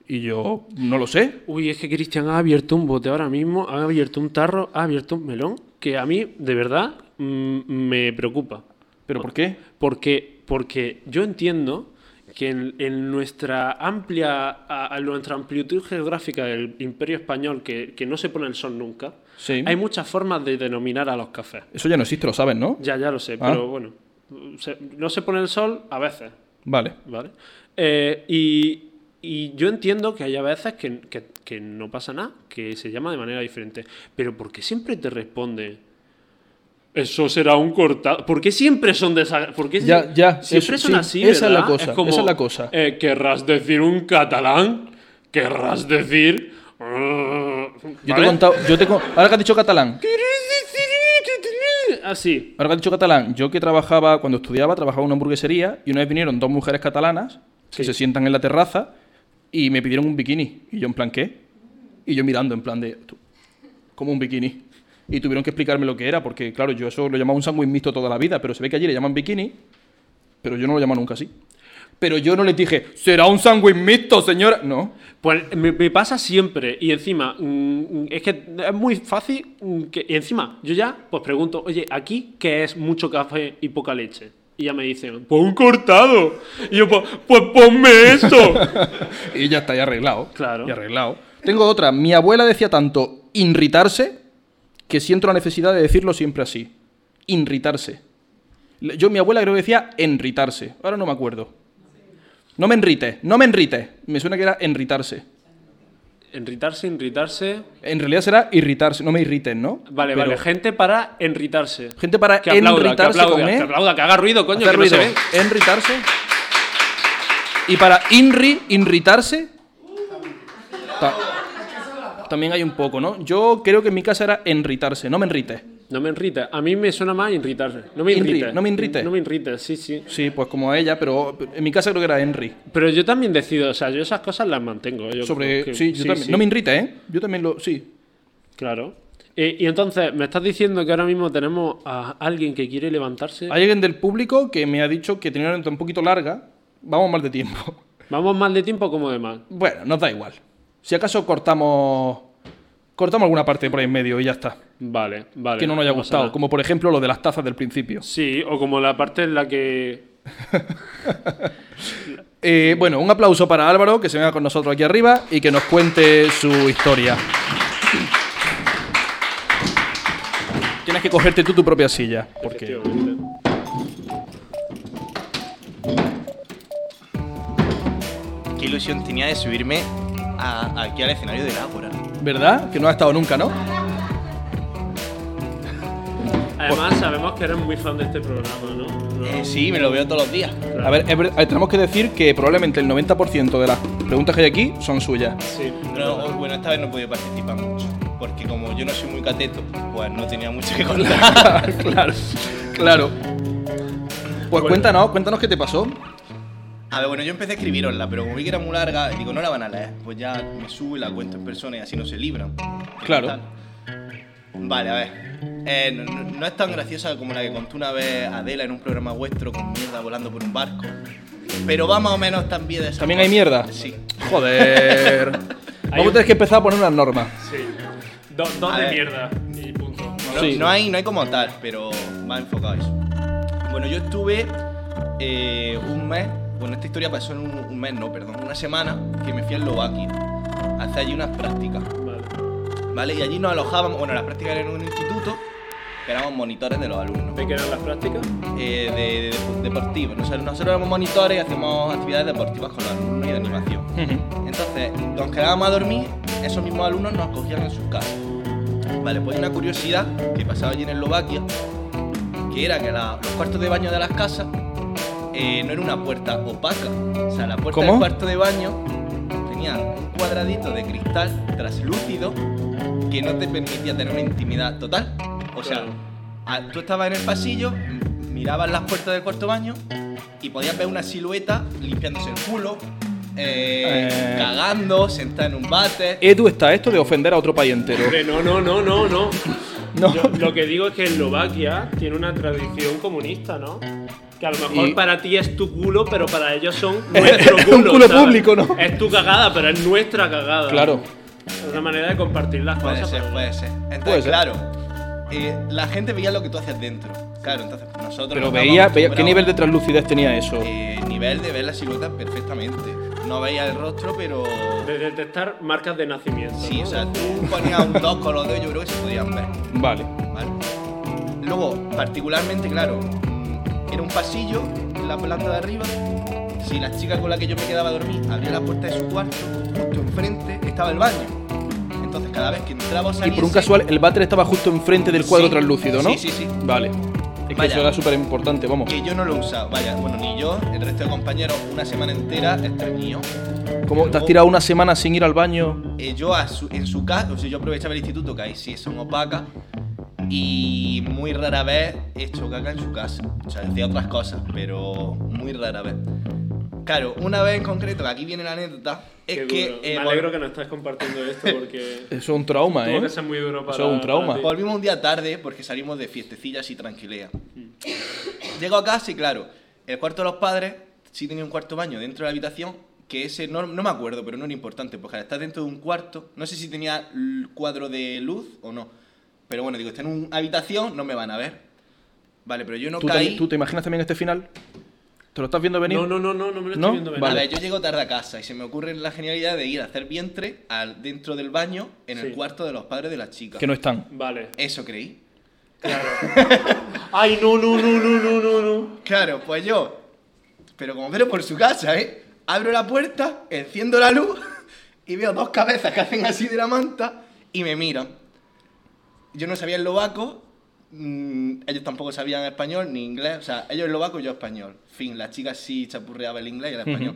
Speaker 2: Y yo, no lo sé.
Speaker 1: Uy, es que Cristian ha abierto un bote ahora mismo, ha abierto un tarro, ha abierto un melón, que a mí, de verdad, mm, me preocupa.
Speaker 2: ¿Pero por qué?
Speaker 1: Porque, porque yo entiendo que en, en nuestra amplia a- a nuestra amplitud geográfica del imperio español, que, que no se pone el sol nunca,
Speaker 2: Sí.
Speaker 1: hay muchas formas de denominar a los cafés.
Speaker 2: Eso ya no existe, lo sabes, ¿no?
Speaker 1: Ya, ya lo sé,
Speaker 2: Ah.
Speaker 1: pero bueno, se- no se pone el sol a veces,
Speaker 2: Vale.
Speaker 1: ¿vale? Eh, y, y yo entiendo que hay a veces que, que- que no pasa nada, que se llama de manera diferente, pero ¿por qué siempre te responde? Eso será un cortado. ¿Por qué siempre son de esa- por qué
Speaker 2: Ya,
Speaker 1: sie-
Speaker 2: ya,
Speaker 1: Siempre
Speaker 2: eso-
Speaker 1: son así.
Speaker 2: sí, esa es
Speaker 1: ¿verdad?
Speaker 2: la cosa, esa es la cosa.
Speaker 1: eh, ¿Querrás decir un catalán? ¿Querrás decir.? Yo
Speaker 2: Yo te he contado, yo te he con- ahora que has dicho catalán,
Speaker 1: Así.
Speaker 2: ahora que has dicho catalán, yo que trabajaba, cuando estudiaba, trabajaba en una hamburguesería y una vez vinieron dos mujeres catalanas que
Speaker 1: Sí.
Speaker 2: se sientan en la terraza y me pidieron un bikini. Y yo en plan, ¿qué? Y yo mirando en plan de, "Tú, como un bikini. Y tuvieron que explicarme lo que era, porque claro, yo eso lo llamaba un sándwich mixto toda la vida, pero se ve que allí le llaman bikini, pero yo no lo llamo nunca así. Pero yo no les dije, será un sándwich mixto, señora. No.
Speaker 1: Pues me, me pasa siempre. Y encima, mm, es que es muy fácil. mm, que- y encima, yo ya pues pregunto, oye, ¿aquí qué es mucho café y poca leche? Y ya me dicen, pues un cortado. Y yo, pues, pues ponme esto.
Speaker 2: Y ya está, ya arreglado.
Speaker 1: Claro.
Speaker 2: Ya arreglado. Tengo otra. Mi abuela decía tanto irritarse que siento la necesidad de decirlo siempre así. Irritarse. Le- Yo, mi abuela creo que decía enritarse. Ahora no me acuerdo. No me enrite, no me enrite. Me suena que era enritarse.
Speaker 1: enritarse, enritarse.
Speaker 2: En realidad será irritarse, no me irriten, ¿no?
Speaker 1: Vale,
Speaker 2: Pero
Speaker 1: vale. Gente para enritarse.
Speaker 2: Gente para
Speaker 1: que aplauda, que
Speaker 2: enritarse
Speaker 1: aplauda,
Speaker 2: con E.
Speaker 1: que aplauda, que haga ruido, coño,
Speaker 2: hacer
Speaker 1: que
Speaker 2: ruido.
Speaker 1: no se ve.
Speaker 2: Enritarse. Y para inri, irritarse. ta- también hay un poco, ¿no? Yo creo que en mi casa era enritarse, no me enrite.
Speaker 1: No me enrita. A mí me suena más enritarse. No me
Speaker 2: Enri-
Speaker 1: enrite.
Speaker 2: no me enrite.
Speaker 1: No me enrite, sí, sí.
Speaker 2: Sí, pues como a ella, pero en mi casa creo que era Henry.
Speaker 1: Pero yo también decido, o sea, yo esas cosas las mantengo. Yo
Speaker 2: Sobre,
Speaker 1: creo que-
Speaker 2: sí, yo también. No me enrite, ¿eh? Yo también lo. Sí.
Speaker 1: Claro. Eh, y entonces, ¿me estás diciendo que ahora mismo tenemos a alguien que quiere levantarse?
Speaker 2: Hay alguien del público que me ha dicho que tenía una nota un poquito larga. Vamos mal de tiempo.
Speaker 1: ¿Vamos más de tiempo como de mal?
Speaker 2: Bueno, nos da igual. Si acaso cortamos. Cortamos alguna parte por ahí en medio y ya está.
Speaker 1: Vale, vale.
Speaker 2: Que no nos haya
Speaker 1: pasa
Speaker 2: gustado.
Speaker 1: nada.
Speaker 2: Como por ejemplo lo de las tazas del principio.
Speaker 1: Sí, o como la parte en la que...
Speaker 2: Eh, bueno, un aplauso para Álvaro, que se venga con nosotros aquí arriba y que nos cuente su historia. Tienes que cogerte tú tu propia silla, porque
Speaker 1: Efectivamente.
Speaker 4: Qué ilusión tenía de subirme a- aquí al escenario del Ágora.
Speaker 2: Ah. ¿verdad? Que no has estado nunca, ¿no? Pues-
Speaker 1: Además, sabemos que eres muy fan de este programa, ¿no? No.
Speaker 4: Eh, sí, me lo veo todos los días.
Speaker 2: A ver, es ver- a ver, tenemos que decir que probablemente el 90% de las preguntas que hay aquí son suyas.
Speaker 1: Sí.
Speaker 4: No, hoy- oh, bueno, esta vez no he podido participar mucho, porque como yo no soy muy cateto, pues no tenía mucho que contar.
Speaker 2: claro, claro. Pues cuéntanos, cuéntanos qué te pasó.
Speaker 4: A ver, bueno, yo empecé a escribirosla, pero como vi que era muy larga, digo, no la van a leer. Pues ya me subo y la cuento en persona y así no se libran.
Speaker 2: Claro.
Speaker 4: Vale, a ver. Eh, no, no- no es tan graciosa como la que contó una vez Adela en un programa vuestro con mierda volando por un barco. Pero va más o menos también de esa.
Speaker 2: ¿También hay mierda?
Speaker 4: Sí.
Speaker 2: Joder. Vamos a tener que empezar a poner unas normas.
Speaker 1: Sí. Dos dos
Speaker 4: A
Speaker 1: de
Speaker 4: ver.
Speaker 1: mierda y punto.
Speaker 4: No,
Speaker 2: Sí.
Speaker 4: no hay, no hay como tal, pero más enfocado a eso. Bueno, yo estuve eh, un mes Bueno, esta historia pasó en un, un mes, no, perdón, una semana que me fui a Eslovaquia. a Hacer allí unas prácticas,
Speaker 1: Vale.
Speaker 4: ¿vale? Y allí nos alojábamos, bueno, las prácticas eran en un instituto, que éramos monitores de los alumnos.
Speaker 1: ¿De qué eran las prácticas?
Speaker 4: eh, de, de- de- deportivos. Nosotros, nosotros éramos monitores y hacemos actividades deportivas con los alumnos y de animación. Entonces, nos quedábamos a dormir, esos mismos alumnos nos cogían en sus casas. Vale, pues hay una curiosidad que pasaba allí en Eslovaquia, que era que la- los cuartos de baño de las casas eh, no era una puerta opaca. O sea, la puerta
Speaker 2: ¿Cómo?
Speaker 4: del cuarto de baño tenía un cuadradito de cristal traslúcido que no te permitía tener una intimidad total. O sea,
Speaker 1: Claro.
Speaker 4: a- tú estabas en el pasillo, m- mirabas las puertas del cuarto baño y podías ver una silueta limpiándose el culo, eh,
Speaker 2: Eh.
Speaker 4: cagando, sentada en un bate.
Speaker 2: Edu está esto de ofender a otro país entero.
Speaker 1: Hombre, no, no, no, no, no.
Speaker 2: No.
Speaker 1: Yo- lo que digo es que Eslovaquia tiene una tradición comunista, ¿no? Que a lo mejor
Speaker 2: Y-
Speaker 1: para ti es tu culo, pero para ellos son nuestro
Speaker 2: es
Speaker 1: culo.
Speaker 2: un culo
Speaker 1: ¿sabes?
Speaker 2: público, ¿no?
Speaker 1: Es tu cagada, pero es nuestra cagada.
Speaker 2: Claro.
Speaker 1: Es una manera de compartir las
Speaker 4: Puede
Speaker 1: cosas.
Speaker 4: ser,
Speaker 1: pero-
Speaker 4: puede ser. Entonces,
Speaker 2: Puede ser.
Speaker 4: claro, eh, la gente veía lo que tú hacías dentro. Claro, entonces nosotros.
Speaker 2: Pero
Speaker 4: nos
Speaker 2: veía,
Speaker 4: estábamos
Speaker 2: veía- ¿qué nivel de
Speaker 4: acostumbrados,
Speaker 2: translucidez tenía eso?
Speaker 4: eh, nivel de ver la silueta perfectamente. No veía el rostro, pero.
Speaker 1: De detectar marcas de nacimiento.
Speaker 4: Sí,
Speaker 1: ¿no?
Speaker 4: o sea, tú ponías un 2 con los dedos, yo creo que se podían ver.
Speaker 2: Vale.
Speaker 4: ¿vale? Luego, particularmente, claro, mm, era un pasillo en la planta de arriba. Si la chica con la que yo me quedaba a dormir abría la puerta de su cuarto, justo enfrente estaba el baño. Entonces, cada vez que entraba o
Speaker 2: Y
Speaker 4: salía.
Speaker 2: por un
Speaker 4: ese-
Speaker 2: casual, el váter estaba justo enfrente del cuadro
Speaker 4: Sí.
Speaker 2: translúcido, ¿no?
Speaker 4: Sí, sí, sí.
Speaker 2: Vale. Es que
Speaker 4: Vaya.
Speaker 2: eso era súper importante, vamos.
Speaker 4: que yo no lo he usado. Vaya, bueno, ni yo, el resto de compañeros, una semana entera estreñido.
Speaker 2: ¿Cómo te has tirado una semana sin ir al baño?
Speaker 4: Eh, yo a su- en su casa, o sea, yo aprovechaba el instituto, que ahí sí son opacas, y muy rara vez he hecho caca en su casa. O sea, decía otras cosas, pero muy rara vez. Claro, una vez en concreto, que aquí viene la anécdota, es
Speaker 1: Qué
Speaker 4: que
Speaker 1: duro.
Speaker 4: eh,
Speaker 1: Me alegro que no estás compartiendo esto porque.
Speaker 2: Eso es un trauma,
Speaker 1: tuvo
Speaker 2: ¿eh?
Speaker 1: que ser muy duro para.
Speaker 2: Eso es un trauma.
Speaker 1: para ti.
Speaker 4: Volvimos un día tarde porque salimos de fiestecillas y tranquilea.
Speaker 2: Mm.
Speaker 4: Llego a casa y claro, el cuarto de los padres sí tenía un cuarto baño dentro de la habitación, que ese no, no me acuerdo, pero no era importante, porque al estar dentro de un cuarto, no sé si tenía el cuadro de luz o no. Pero bueno, digo, está en una habitación, no me van a ver. Vale, pero yo no
Speaker 2: ¿Tú,
Speaker 4: caí.
Speaker 2: te, tú te imaginas también este final? ¿Te lo estás viendo venir?
Speaker 1: No, no, no, no, no me lo estoy
Speaker 2: ¿No?
Speaker 1: viendo venir.
Speaker 2: Vale.
Speaker 4: A ver, yo llego tarde a casa y se me ocurre la genialidad de ir a hacer vientre al, dentro del baño en el
Speaker 1: Sí.
Speaker 4: cuarto de los padres de la chica.
Speaker 2: Que no están.
Speaker 1: Vale.
Speaker 4: Eso creí.
Speaker 1: Ay, no, no, no, no, no, no, no.
Speaker 4: Claro, pues yo, pero como pero por su casa, ¿eh? Abro la puerta, enciendo la luz y veo dos cabezas que hacen así de la manta y me miran. Yo no sabía eslovaco, mm, ellos tampoco sabían español ni inglés, o sea, ellos eslovaco y yo español. Fin, la chica sí chapurreaba el inglés y el español.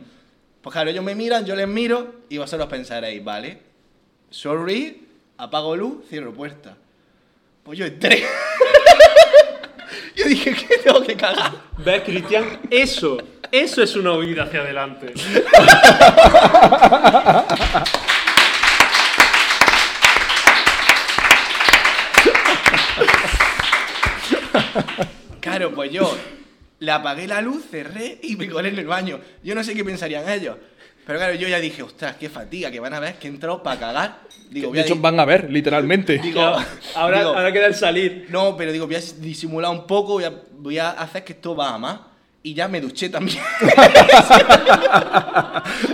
Speaker 4: Pues claro, ellos me miran, yo les miro y vosotros pensaréis, ¿vale? Sorry, apago luz, cierro puerta. Pues yo entré. yo dije que tengo que cagar.
Speaker 1: ¿Ves, Cristian? Eso, eso es una huida hacia adelante.
Speaker 4: Claro, pues yo le apagué la luz, cerré y me colé en el baño. Yo no sé qué pensarían ellos. Pero claro, yo ya dije, ostras, qué fatiga, que van a ver que he entrado para cagar. Digo, voy
Speaker 2: De
Speaker 4: a
Speaker 2: hecho,
Speaker 4: di-
Speaker 2: van a ver, literalmente.
Speaker 4: digo,
Speaker 1: Ya, ahora,
Speaker 4: digo,
Speaker 1: ahora queda el salir.
Speaker 4: No, pero digo, voy a disimular un poco, voy a, voy a hacer que esto va a más. Y ya me duché también.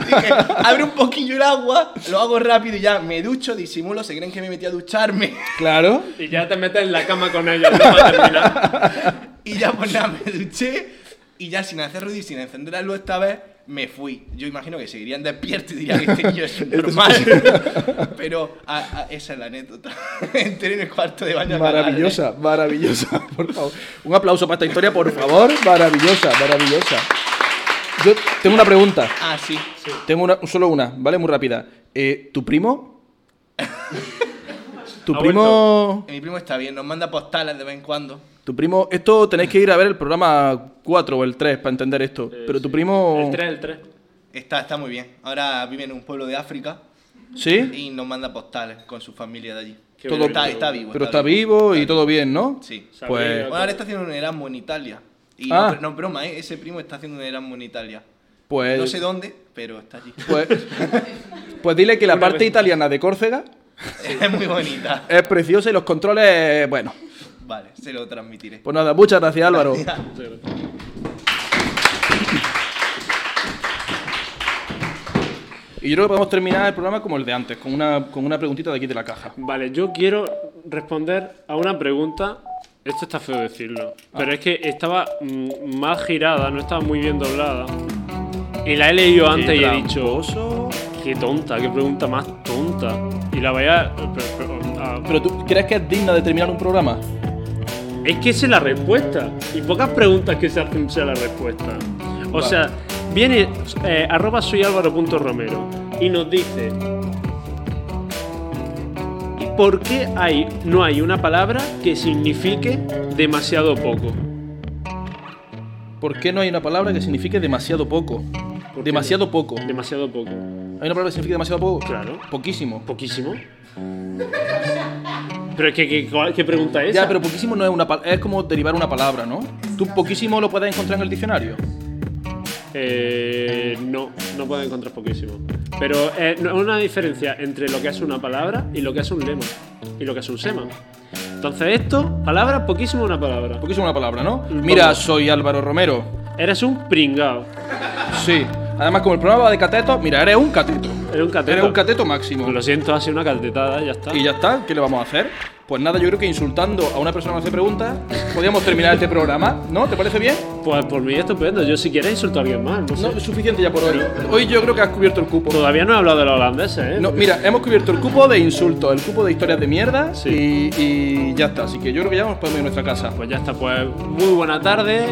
Speaker 4: Dije, abre un poquillo el agua, lo hago rápido y ya me ducho, disimulo, se creen que me metí a ducharme.
Speaker 2: Claro.
Speaker 1: Y ya te metes en la cama con ellos, no para terminar.
Speaker 4: Y ya pues nada, me duché y ya sin hacer ruido y sin encender la luz esta vez me fui. Yo imagino que seguirían despiertos y dirían que este niño es normal. Pero a- a- esa es la anécdota. Entré en el cuarto de baño. a cagar.
Speaker 2: Maravillosa,
Speaker 4: ¿eh?
Speaker 2: maravillosa, por favor. Un aplauso para esta historia, por favor. Maravillosa, maravillosa. Yo tengo una pregunta.
Speaker 4: Ah, sí.
Speaker 2: Tengo una, solo una, ¿vale? Muy rápida. Eh, ¿Tu primo? ¿Tu
Speaker 1: Ha
Speaker 2: primo?
Speaker 4: Mi primo está bien, nos manda postales de vez en cuando.
Speaker 2: ¿Tu primo? Esto tenéis que ir a ver el programa 4 o el 3 para entender esto. Pero tu primo...
Speaker 1: Eh, El 3, el 3.
Speaker 4: Está, está muy bien. Ahora vive en un pueblo de África
Speaker 2: ¿Sí?
Speaker 4: y nos manda postales con su familia de allí.
Speaker 1: Qué
Speaker 2: Todo-
Speaker 1: bien.
Speaker 4: Está, está vivo.
Speaker 2: Pero está vivo y todo bien, ¿no?
Speaker 4: Sí.
Speaker 1: Está
Speaker 2: Pues-
Speaker 1: bien.
Speaker 4: Bueno, ahora está haciendo un Erasmus en Italia. Y
Speaker 2: Ah.
Speaker 4: no, no es broma, ¿eh? ese primo está haciendo un Erasmus en Italia.
Speaker 2: Pues...
Speaker 4: No sé dónde, pero está allí.
Speaker 2: Pues, pues dile que la
Speaker 1: Una
Speaker 2: parte
Speaker 1: vez.
Speaker 2: italiana de Córcega
Speaker 4: Es muy bonita.
Speaker 2: es preciosa y los controles, bueno.
Speaker 4: Vale, se lo transmitiré.
Speaker 2: Pues nada, muchas gracias Álvaro.
Speaker 1: Muchas gracias.
Speaker 2: Y yo creo que podemos terminar el programa como el de antes, con una, con una preguntita de aquí de la caja.
Speaker 1: Vale, yo quiero responder a una pregunta. Esto está feo decirlo, pero es que estaba mm, mal girada, no estaba muy bien doblada. Y la he leído antes y he dicho,
Speaker 2: Tramposo.
Speaker 1: qué tonta, qué pregunta más tonta. Y la vaya. pero- pero- ah,
Speaker 2: ¿Pero tú crees que es digna de terminar un programa?
Speaker 1: Es que esa es la respuesta. Y pocas preguntas que se hacen sea la respuesta. O
Speaker 2: Vale.
Speaker 1: sea, viene eh, arroba soy Romero y nos dice. "¿Y ¿Por qué hay, no hay una palabra que signifique demasiado poco?
Speaker 2: ¿Por qué no hay una palabra que signifique demasiado poco?
Speaker 1: qué?
Speaker 2: Demasiado poco. ¿Hay
Speaker 1: Demasiado poco.
Speaker 2: una palabra que signifique demasiado poco?
Speaker 1: Claro.
Speaker 2: Poquísimo.
Speaker 1: Poquísimo. Pero es que, que- ¿cuál- ¿qué pregunta es esa?
Speaker 2: Ya, pero poquísimo no es una pal- es como derivar una palabra, ¿no? Tú poquísimo lo puedes encontrar en el diccionario.
Speaker 1: Eh, no, no puedo encontrar poquísimo. Pero eh, no- es una diferencia entre lo que es una palabra y lo que es un lema. Y lo que es un sema. Entonces esto, palabra, poquísimo una palabra.
Speaker 2: Poquísimo una palabra, ¿no? Mira,
Speaker 1: ¿Cómo?
Speaker 2: soy Álvaro Romero.
Speaker 1: Eres un pringao.
Speaker 2: Sí. Además, como el programa va de cateto, mira, eres un cateto.
Speaker 1: Eres un cateto.
Speaker 2: Eres un cateto máximo.
Speaker 1: Lo siento, ha sido una caldetada, ya está.
Speaker 2: Y ya está, ¿qué le vamos a hacer? Pues nada, yo creo que insultando a una persona que hace preguntas, podríamos terminar este programa, ¿no? ¿Te parece bien?
Speaker 1: Pues por mí estupendo. Yo si quieres insulto a alguien más. no sé.
Speaker 2: No, es suficiente ya por hoy. Hoy yo creo que has cubierto el cupo.
Speaker 1: Todavía no he hablado de los holandeses, ¿eh?
Speaker 2: No, mira, hemos cubierto el cupo de insultos, el cupo de historias de mierda
Speaker 1: Sí.
Speaker 2: y, y ya está. Así que yo creo que ya nos podemos ir a nuestra casa.
Speaker 1: Pues ya está, pues muy buena tarde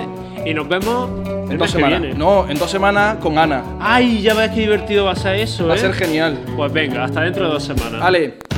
Speaker 1: y nos vemos el
Speaker 2: en
Speaker 1: mes
Speaker 2: dos
Speaker 1: que
Speaker 2: semanas.
Speaker 1: viene.
Speaker 2: No, en dos semanas con Ana.
Speaker 1: Ay, ya ves qué divertido va a ser eso,
Speaker 2: Va a
Speaker 1: ¿eh?
Speaker 2: ser genial.
Speaker 1: Pues venga, hasta dentro de dos semanas.
Speaker 2: Ale.